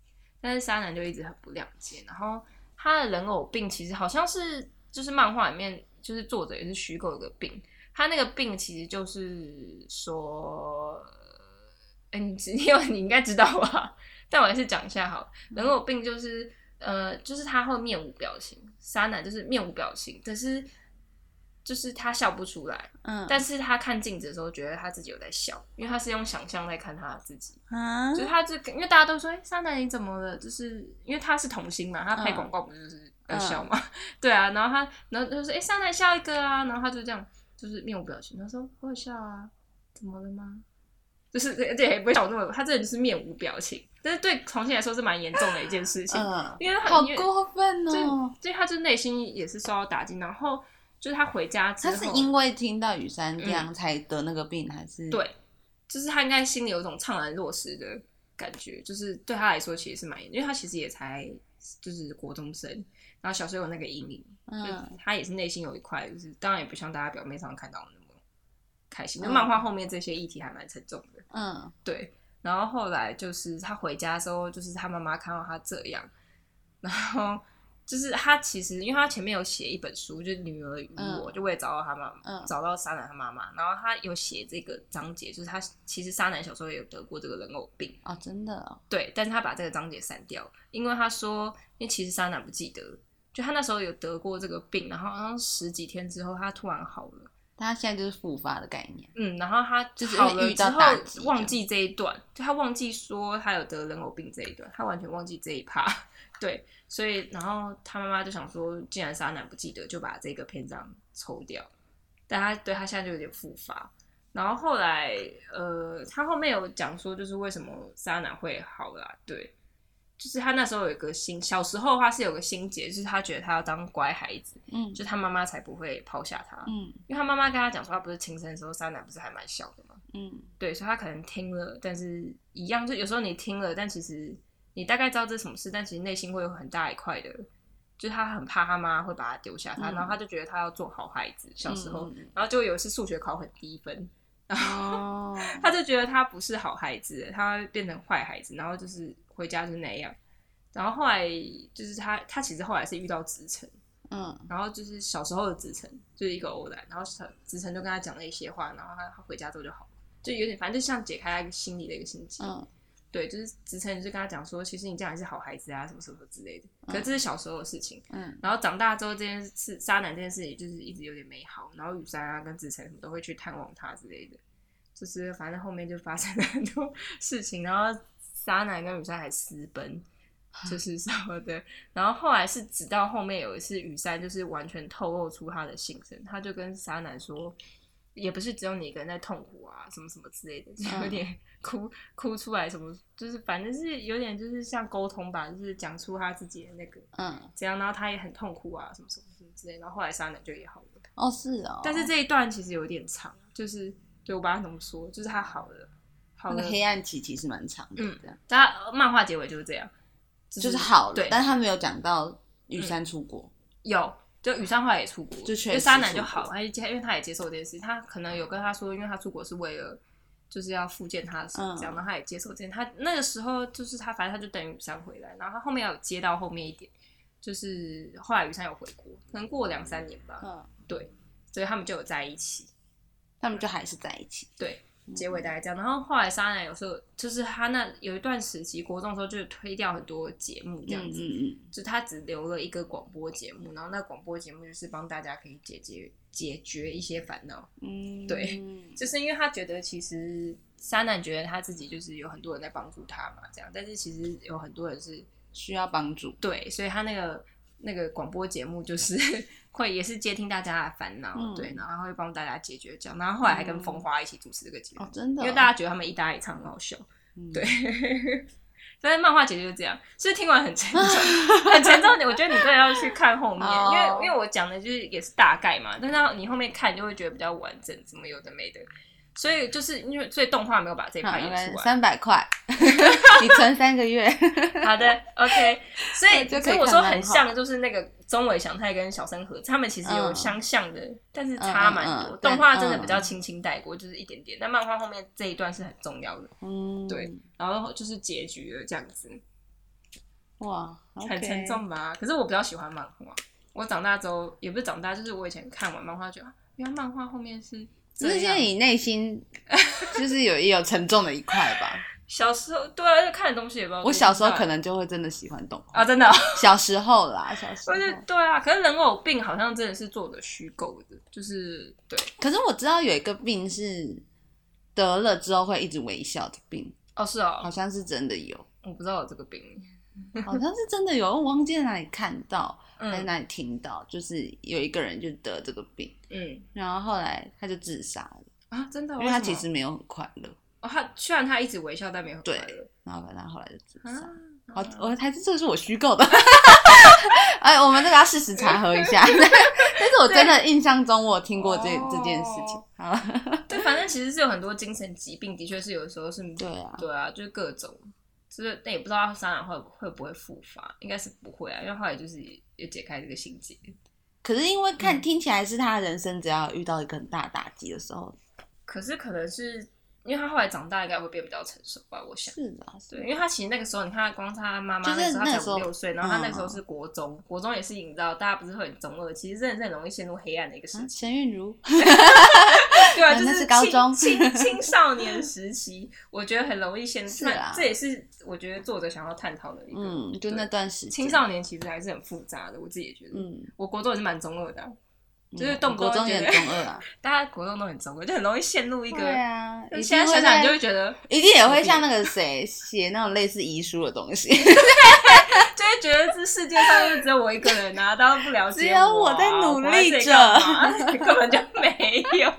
Speaker 1: 但是沙男就一直很不谅解，然后他的人偶病其实好像是就是漫画里面就是作者也是虚构一个病，他那个病其实就是说， 哎、你你有你应该知道吧？但我还是讲一下好了。人偶病就是呃，就是他会面无表情，沙男就是面无表情，可是就是他笑不出来，
Speaker 2: 嗯，
Speaker 1: 但是他看镜子的时候觉得他自己有在笑，因为他是用想象在看他自己。
Speaker 2: 啊
Speaker 1: 就是他这个，因为大家都说，哎、沙男你怎么了？就是因为他是童星嘛，他拍
Speaker 2: 嗯
Speaker 1: 广告不就是在笑嘛？ 对啊，然后他，然后就说，哎、沙男笑一个啊，然后他就这样，就是面无表情，他说我有笑啊，怎么了吗？就是而且也不会笑那么，他这人就是面无表情，但是对童星来说是蛮严重的一件事情，
Speaker 2: 嗯，
Speaker 1: 因为他
Speaker 2: 好
Speaker 1: 因为
Speaker 2: 过分哦！
Speaker 1: 所以他就内心也是受到打击，然后就是他回家之
Speaker 2: 他
Speaker 1: 后，嗯
Speaker 2: 是因为听到雨山这样才得那个病，还是
Speaker 1: 对就是他应该心里有一种怅然若失的感觉，就是对他来说其实是蛮严，因为他其实也才就是国中生，然后小时候有那个阴影，
Speaker 2: 嗯
Speaker 1: 就他也是内心有一块，就是当然也不像大家表面上看到那么开心。那
Speaker 2: 嗯
Speaker 1: 漫画后面这些议题还蛮沉重的，
Speaker 2: 嗯
Speaker 1: 对。然后后来就是他回家的时候，就是他妈妈看到他这样，然后就是他其实因为他前面有写一本书，就是《女儿与我》，就为了找到他妈妈，
Speaker 2: 嗯
Speaker 1: 找到沙男他妈妈，然后他有写这个章节，就是他其实沙男小时候也有得过这个人偶病，
Speaker 2: 哦，真的哦
Speaker 1: 对，但是他把这个章节删掉，因为他说，因为其实沙男不记得，就他那时候有得过这个病，然后好像十几天之后他突然好了，
Speaker 2: 他现在就是复发的概念，
Speaker 1: 嗯，然后他
Speaker 2: 就是
Speaker 1: 好
Speaker 2: 因为
Speaker 1: 了
Speaker 2: 遇
Speaker 1: 之
Speaker 2: 到打击
Speaker 1: 后忘记这一段，就他忘记说他有得人偶病这一段，他完全忘记这一趴。 对，所以然后他妈妈就想说，既然沙男不记得，就把这个篇章抽掉。但他对他现在就有点复发。然后后来，呃，他后面有讲说，就是为什么沙男会好啦、对，就是他那时候有一个心，小时候他是有个心结，就是他觉得他要当乖孩子，
Speaker 2: 嗯
Speaker 1: 就他妈妈才不会抛下他。
Speaker 2: 嗯
Speaker 1: 因为他妈妈跟他讲说，他不是亲生的时候，三奶不是还蛮小的嘛，
Speaker 2: 嗯
Speaker 1: 对，所以他可能听了，但是一样，就有时候你听了，但其实你大概知道这是什么事，但其实内心会有很大一块的，就是他很怕他妈会把他丢下他，
Speaker 2: 嗯
Speaker 1: 然后他就觉得他要做好孩子，小时候，
Speaker 2: 嗯嗯
Speaker 1: 然后就有一次数学考很低分，
Speaker 2: 哦，
Speaker 1: 他就觉得他不是好孩子，他会变成坏孩子，然后就是回家就那样，然后后来就是他，他其实后来是遇到直成。
Speaker 2: 嗯
Speaker 1: 然后就是小时候的子晨，就是一个偶然，然后小子晨就跟他讲了一些话，然后他他回家之后就好了，就有点反正就像解开他一个心里的一个心结。
Speaker 2: 嗯
Speaker 1: 对，就是子晨就是跟他讲说，其实你这样也是好孩子啊，什么什么之类的。可是这是小时候的事情，
Speaker 2: 嗯
Speaker 1: 然后长大之后这件事，渣男这件事情就是一直有点美好，然后雨山啊跟子晨什么都会去探望他之类的，就是反正后面就发生了很多事情，然后渣男跟雨山还私奔，
Speaker 2: 啊
Speaker 1: 就是 什么的，然后后来是直到后面有一次雨山就是完全透露出他的心声，他就跟渣男说。也不是只有你一个人在痛苦啊，什么什么之类的，就有
Speaker 2: 嗯
Speaker 1: 点哭、哭出来，什么就是反正是有点就是像沟通吧，就是讲出他自己的那个
Speaker 2: 嗯，
Speaker 1: 怎样，然后他也很痛苦啊，什么什么什么之类，然后后来沙男就也好了。
Speaker 2: 哦是哦，
Speaker 1: 但是这一段其实有点长，就是对我把它怎么说，就是他好了，好
Speaker 2: 那
Speaker 1: 了
Speaker 2: 个，黑暗期其实蛮长的，
Speaker 1: 嗯
Speaker 2: 这样
Speaker 1: 他漫画结尾就是这样，
Speaker 2: 就是好了
Speaker 1: 对，，嗯
Speaker 2: 但他没有讲到雨山出国，
Speaker 1: 有。就雨山后来也出国，
Speaker 2: 就确实
Speaker 1: 因为沙男就
Speaker 2: 出国
Speaker 1: 好，他就接因为他也接受这件事情，他可能有跟他说，因为他出国是为了就是要复健他的身体，这样，然
Speaker 2: 嗯
Speaker 1: 后他也接受这件事。他那个时候就是他，反正他就等雨山回来，然后他后面有接到后面一点，就是后来雨山有回国，可能过了两三年吧，
Speaker 2: 嗯，
Speaker 1: 对，所以他们就有在一起。
Speaker 2: 他们就还是在一起，
Speaker 1: 对，
Speaker 2: 嗯
Speaker 1: 结尾大概这样。然后后来沙男有时候就是他那有一段时期，国中的时候就推掉很多节目这
Speaker 2: 嗯
Speaker 1: 样
Speaker 2: 嗯
Speaker 1: 子，
Speaker 2: 嗯
Speaker 1: 就他只留了一个广播节目，然后那广播节目就是帮大家可以解决解决一些烦恼，
Speaker 2: 嗯，
Speaker 1: 对，就是因为他觉得其实沙男觉得他自己就是有很多人在帮助他嘛，这样，但是其实有很多人是
Speaker 2: 需要帮助，
Speaker 1: 对，所以他那
Speaker 2: 嗯
Speaker 1: 个那个广播节目就是会也是接听大家的烦恼，
Speaker 2: 嗯
Speaker 1: 对，然后会帮大家解决这样，然后后来还跟风花一起主持这个节目，
Speaker 2: 哦，真的哦，
Speaker 1: 因为大家觉得他们一搭一唱很好笑，
Speaker 2: 嗯
Speaker 1: 对。但是漫画结局就这样，是不是听完很沉重， 很沉重。我觉得你真的要去看后面，因
Speaker 2: 哦
Speaker 1: 为因为我讲的就是也是大概嘛，但是你后面看就会觉得比较完整，怎么有的没的。所以就是因为所以动画没有把这一
Speaker 2: 好，
Speaker 1: 块
Speaker 2: 我
Speaker 1: 演
Speaker 2: 们
Speaker 1: 出来。
Speaker 2: 三百块， 你存三个月，
Speaker 1: 好 的，OK。所以
Speaker 2: 就可
Speaker 1: 所
Speaker 2: 以
Speaker 1: 以我
Speaker 2: 看
Speaker 1: 说
Speaker 2: 漫
Speaker 1: 很
Speaker 2: 画
Speaker 1: 像，就是那个中尾祥太跟小生和子他们其实有
Speaker 2: 嗯
Speaker 1: 相像的，但是差蛮
Speaker 2: 嗯嗯
Speaker 1: 多。
Speaker 2: 嗯
Speaker 1: 动画真的比较
Speaker 2: 嗯
Speaker 1: 轻轻带过，就是一点点。但漫画后面这一段是很重要的。
Speaker 2: 嗯，
Speaker 1: 对，然后就是结局了这样子，
Speaker 2: 哇，
Speaker 1: 很沉，重吧？可是我比较喜欢漫画，我长大之后也不是长大，就是我以前看完漫画觉得，啊原来漫画后面是
Speaker 2: 只
Speaker 1: 这
Speaker 2: 是现在
Speaker 1: 样，
Speaker 2: 你内心就是有也有沉重的一块吧，
Speaker 1: 小时候对啊，就看的东西也不知道多大。
Speaker 2: 我小时候可能就会真的喜欢动画，
Speaker 1: 啊，真的、哦，
Speaker 2: 小时候啦，小时
Speaker 1: 我
Speaker 2: 候
Speaker 1: 就。对啊。可是人偶病好像真的是做的虚构的，就是对
Speaker 2: 可是我知道有一个病是得了之后会一直微笑的病，
Speaker 1: 哦，是哦
Speaker 2: 好，像是真的 有，
Speaker 1: 我不知道有这个病。
Speaker 2: 好像是真的有，我忘记在哪里看到，在
Speaker 1: 嗯
Speaker 2: 哪里听到，就是有一个人就得这个病，
Speaker 1: 嗯
Speaker 2: 然后后来他就自杀了，
Speaker 1: 啊，真的哦，
Speaker 2: 因为他
Speaker 1: 什么
Speaker 2: 其实没有很快乐，
Speaker 1: 哦，他虽然他一直微笑，但没有很
Speaker 2: 对
Speaker 1: 快乐
Speaker 2: 然后反正他后来就自
Speaker 1: 啊
Speaker 2: 杀。
Speaker 1: 啊
Speaker 2: 好，我还是这是我虚构的。 哎，我们这个要事实查核一 下。但是我真的印象中，我有听过这
Speaker 1: 哦
Speaker 2: 这件事情。好了，
Speaker 1: 对，反正其实是有很多精神疾病，的确是有时候是，
Speaker 2: 对啊，
Speaker 1: 对啊，就是各种，就是但也不知道他伤染会会不会复发，应该是不会啊，因为后来就是也解开这个心结，
Speaker 2: 可是因为看
Speaker 1: 嗯
Speaker 2: 听起来是他人生只要遇到一个很大的打击的时候，
Speaker 1: 可是可能是因为他后来长大应该会变比较成熟吧，我想。
Speaker 2: 是的啊，
Speaker 1: 对，因为他其实那个时候，你看，光他妈妈
Speaker 2: 就
Speaker 1: 那
Speaker 2: 是
Speaker 1: 时候
Speaker 2: 那
Speaker 1: 他
Speaker 2: 个时
Speaker 1: 才
Speaker 2: 候
Speaker 1: 五六岁，然后他那时候
Speaker 2: 嗯
Speaker 1: 是国中，国中也是你知道，大家不是会很中二，其实真的是很容易陷入黑暗的一个事
Speaker 2: 啊
Speaker 1: 情。
Speaker 2: 沈 韵如，
Speaker 1: 对啊，
Speaker 2: 嗯
Speaker 1: 就
Speaker 2: 那
Speaker 1: 是
Speaker 2: 是高
Speaker 1: 青
Speaker 2: 中
Speaker 1: 青青少年时期，我觉得很容易陷入。
Speaker 2: 是
Speaker 1: 那
Speaker 2: 啊
Speaker 1: 这也是我觉得作者想要探讨的一个。
Speaker 2: 嗯，就那
Speaker 1: 对
Speaker 2: 段时间，
Speaker 1: 青少年其实还是很复杂的，我自己也觉得。
Speaker 2: 嗯，
Speaker 1: 我国中也是蛮中二的啊、就是
Speaker 2: 嗯
Speaker 1: 动不
Speaker 2: 国
Speaker 1: 动就
Speaker 2: 中也
Speaker 1: 觉
Speaker 2: 很
Speaker 1: 得
Speaker 2: 中二啊，
Speaker 1: 大家国中都很中二，就很容易陷 入一个。
Speaker 2: 对啊，
Speaker 1: 就
Speaker 2: 一
Speaker 1: 现在
Speaker 2: 定会
Speaker 1: 想想，
Speaker 2: 在
Speaker 1: 你就会觉得，
Speaker 2: 一定也会像那个谁写那种类似遗书的东西，
Speaker 1: 就会觉得这世界上就只有我一个人啊，大家都不了解
Speaker 2: 只有
Speaker 1: 我
Speaker 2: 我
Speaker 1: 啊
Speaker 2: 在努
Speaker 1: 我还
Speaker 2: 力
Speaker 1: 这里
Speaker 2: 着
Speaker 1: 干嘛 根本就没有。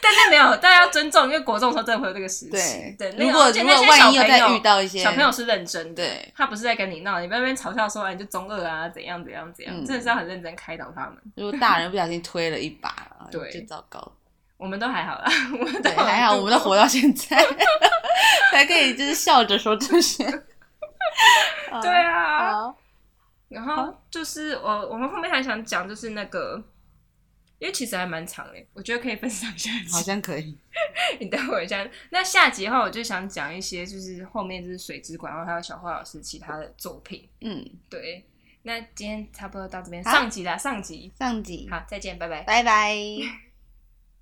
Speaker 1: 但是没有，大家要尊重，因为国中的时候真的会有这个时期。
Speaker 2: 对
Speaker 1: 对，那
Speaker 2: 如
Speaker 1: 个
Speaker 2: 果
Speaker 1: 而且
Speaker 2: 如
Speaker 1: 那
Speaker 2: 果
Speaker 1: 些
Speaker 2: 万
Speaker 1: 小
Speaker 2: 一又
Speaker 1: 朋
Speaker 2: 再
Speaker 1: 友
Speaker 2: 遇到一些
Speaker 1: 小朋友是认真的，
Speaker 2: 对
Speaker 1: 他不是在跟你闹，你不要在那边嘲笑说哎你就中二啊，怎样怎样怎样，
Speaker 2: 嗯
Speaker 1: 真的是要很认真开导他们。
Speaker 2: 如果大人不小心推了一把，
Speaker 1: 对
Speaker 2: 就糟 糕了。
Speaker 1: 我们都还好啦，我们都
Speaker 2: 对，还好我们都活到现在， 才可以就是笑着说这些。 嗯
Speaker 1: 对啊。
Speaker 2: 好，
Speaker 1: 然后就是我我们后面还想讲就是那个，因为其实还蛮长的，我觉得可以分享下
Speaker 2: 好
Speaker 1: 集。
Speaker 2: 像可以。
Speaker 1: 你等我一下。那下集的话，我就想讲一些就是后面就是水之馆，然后还有小花老师其他的作品。
Speaker 2: 嗯，
Speaker 1: 对，那今天差不多到这边，
Speaker 2: 好
Speaker 1: 上集啦，上集。
Speaker 2: 上集，
Speaker 1: 好，再见，拜拜。
Speaker 2: 拜拜。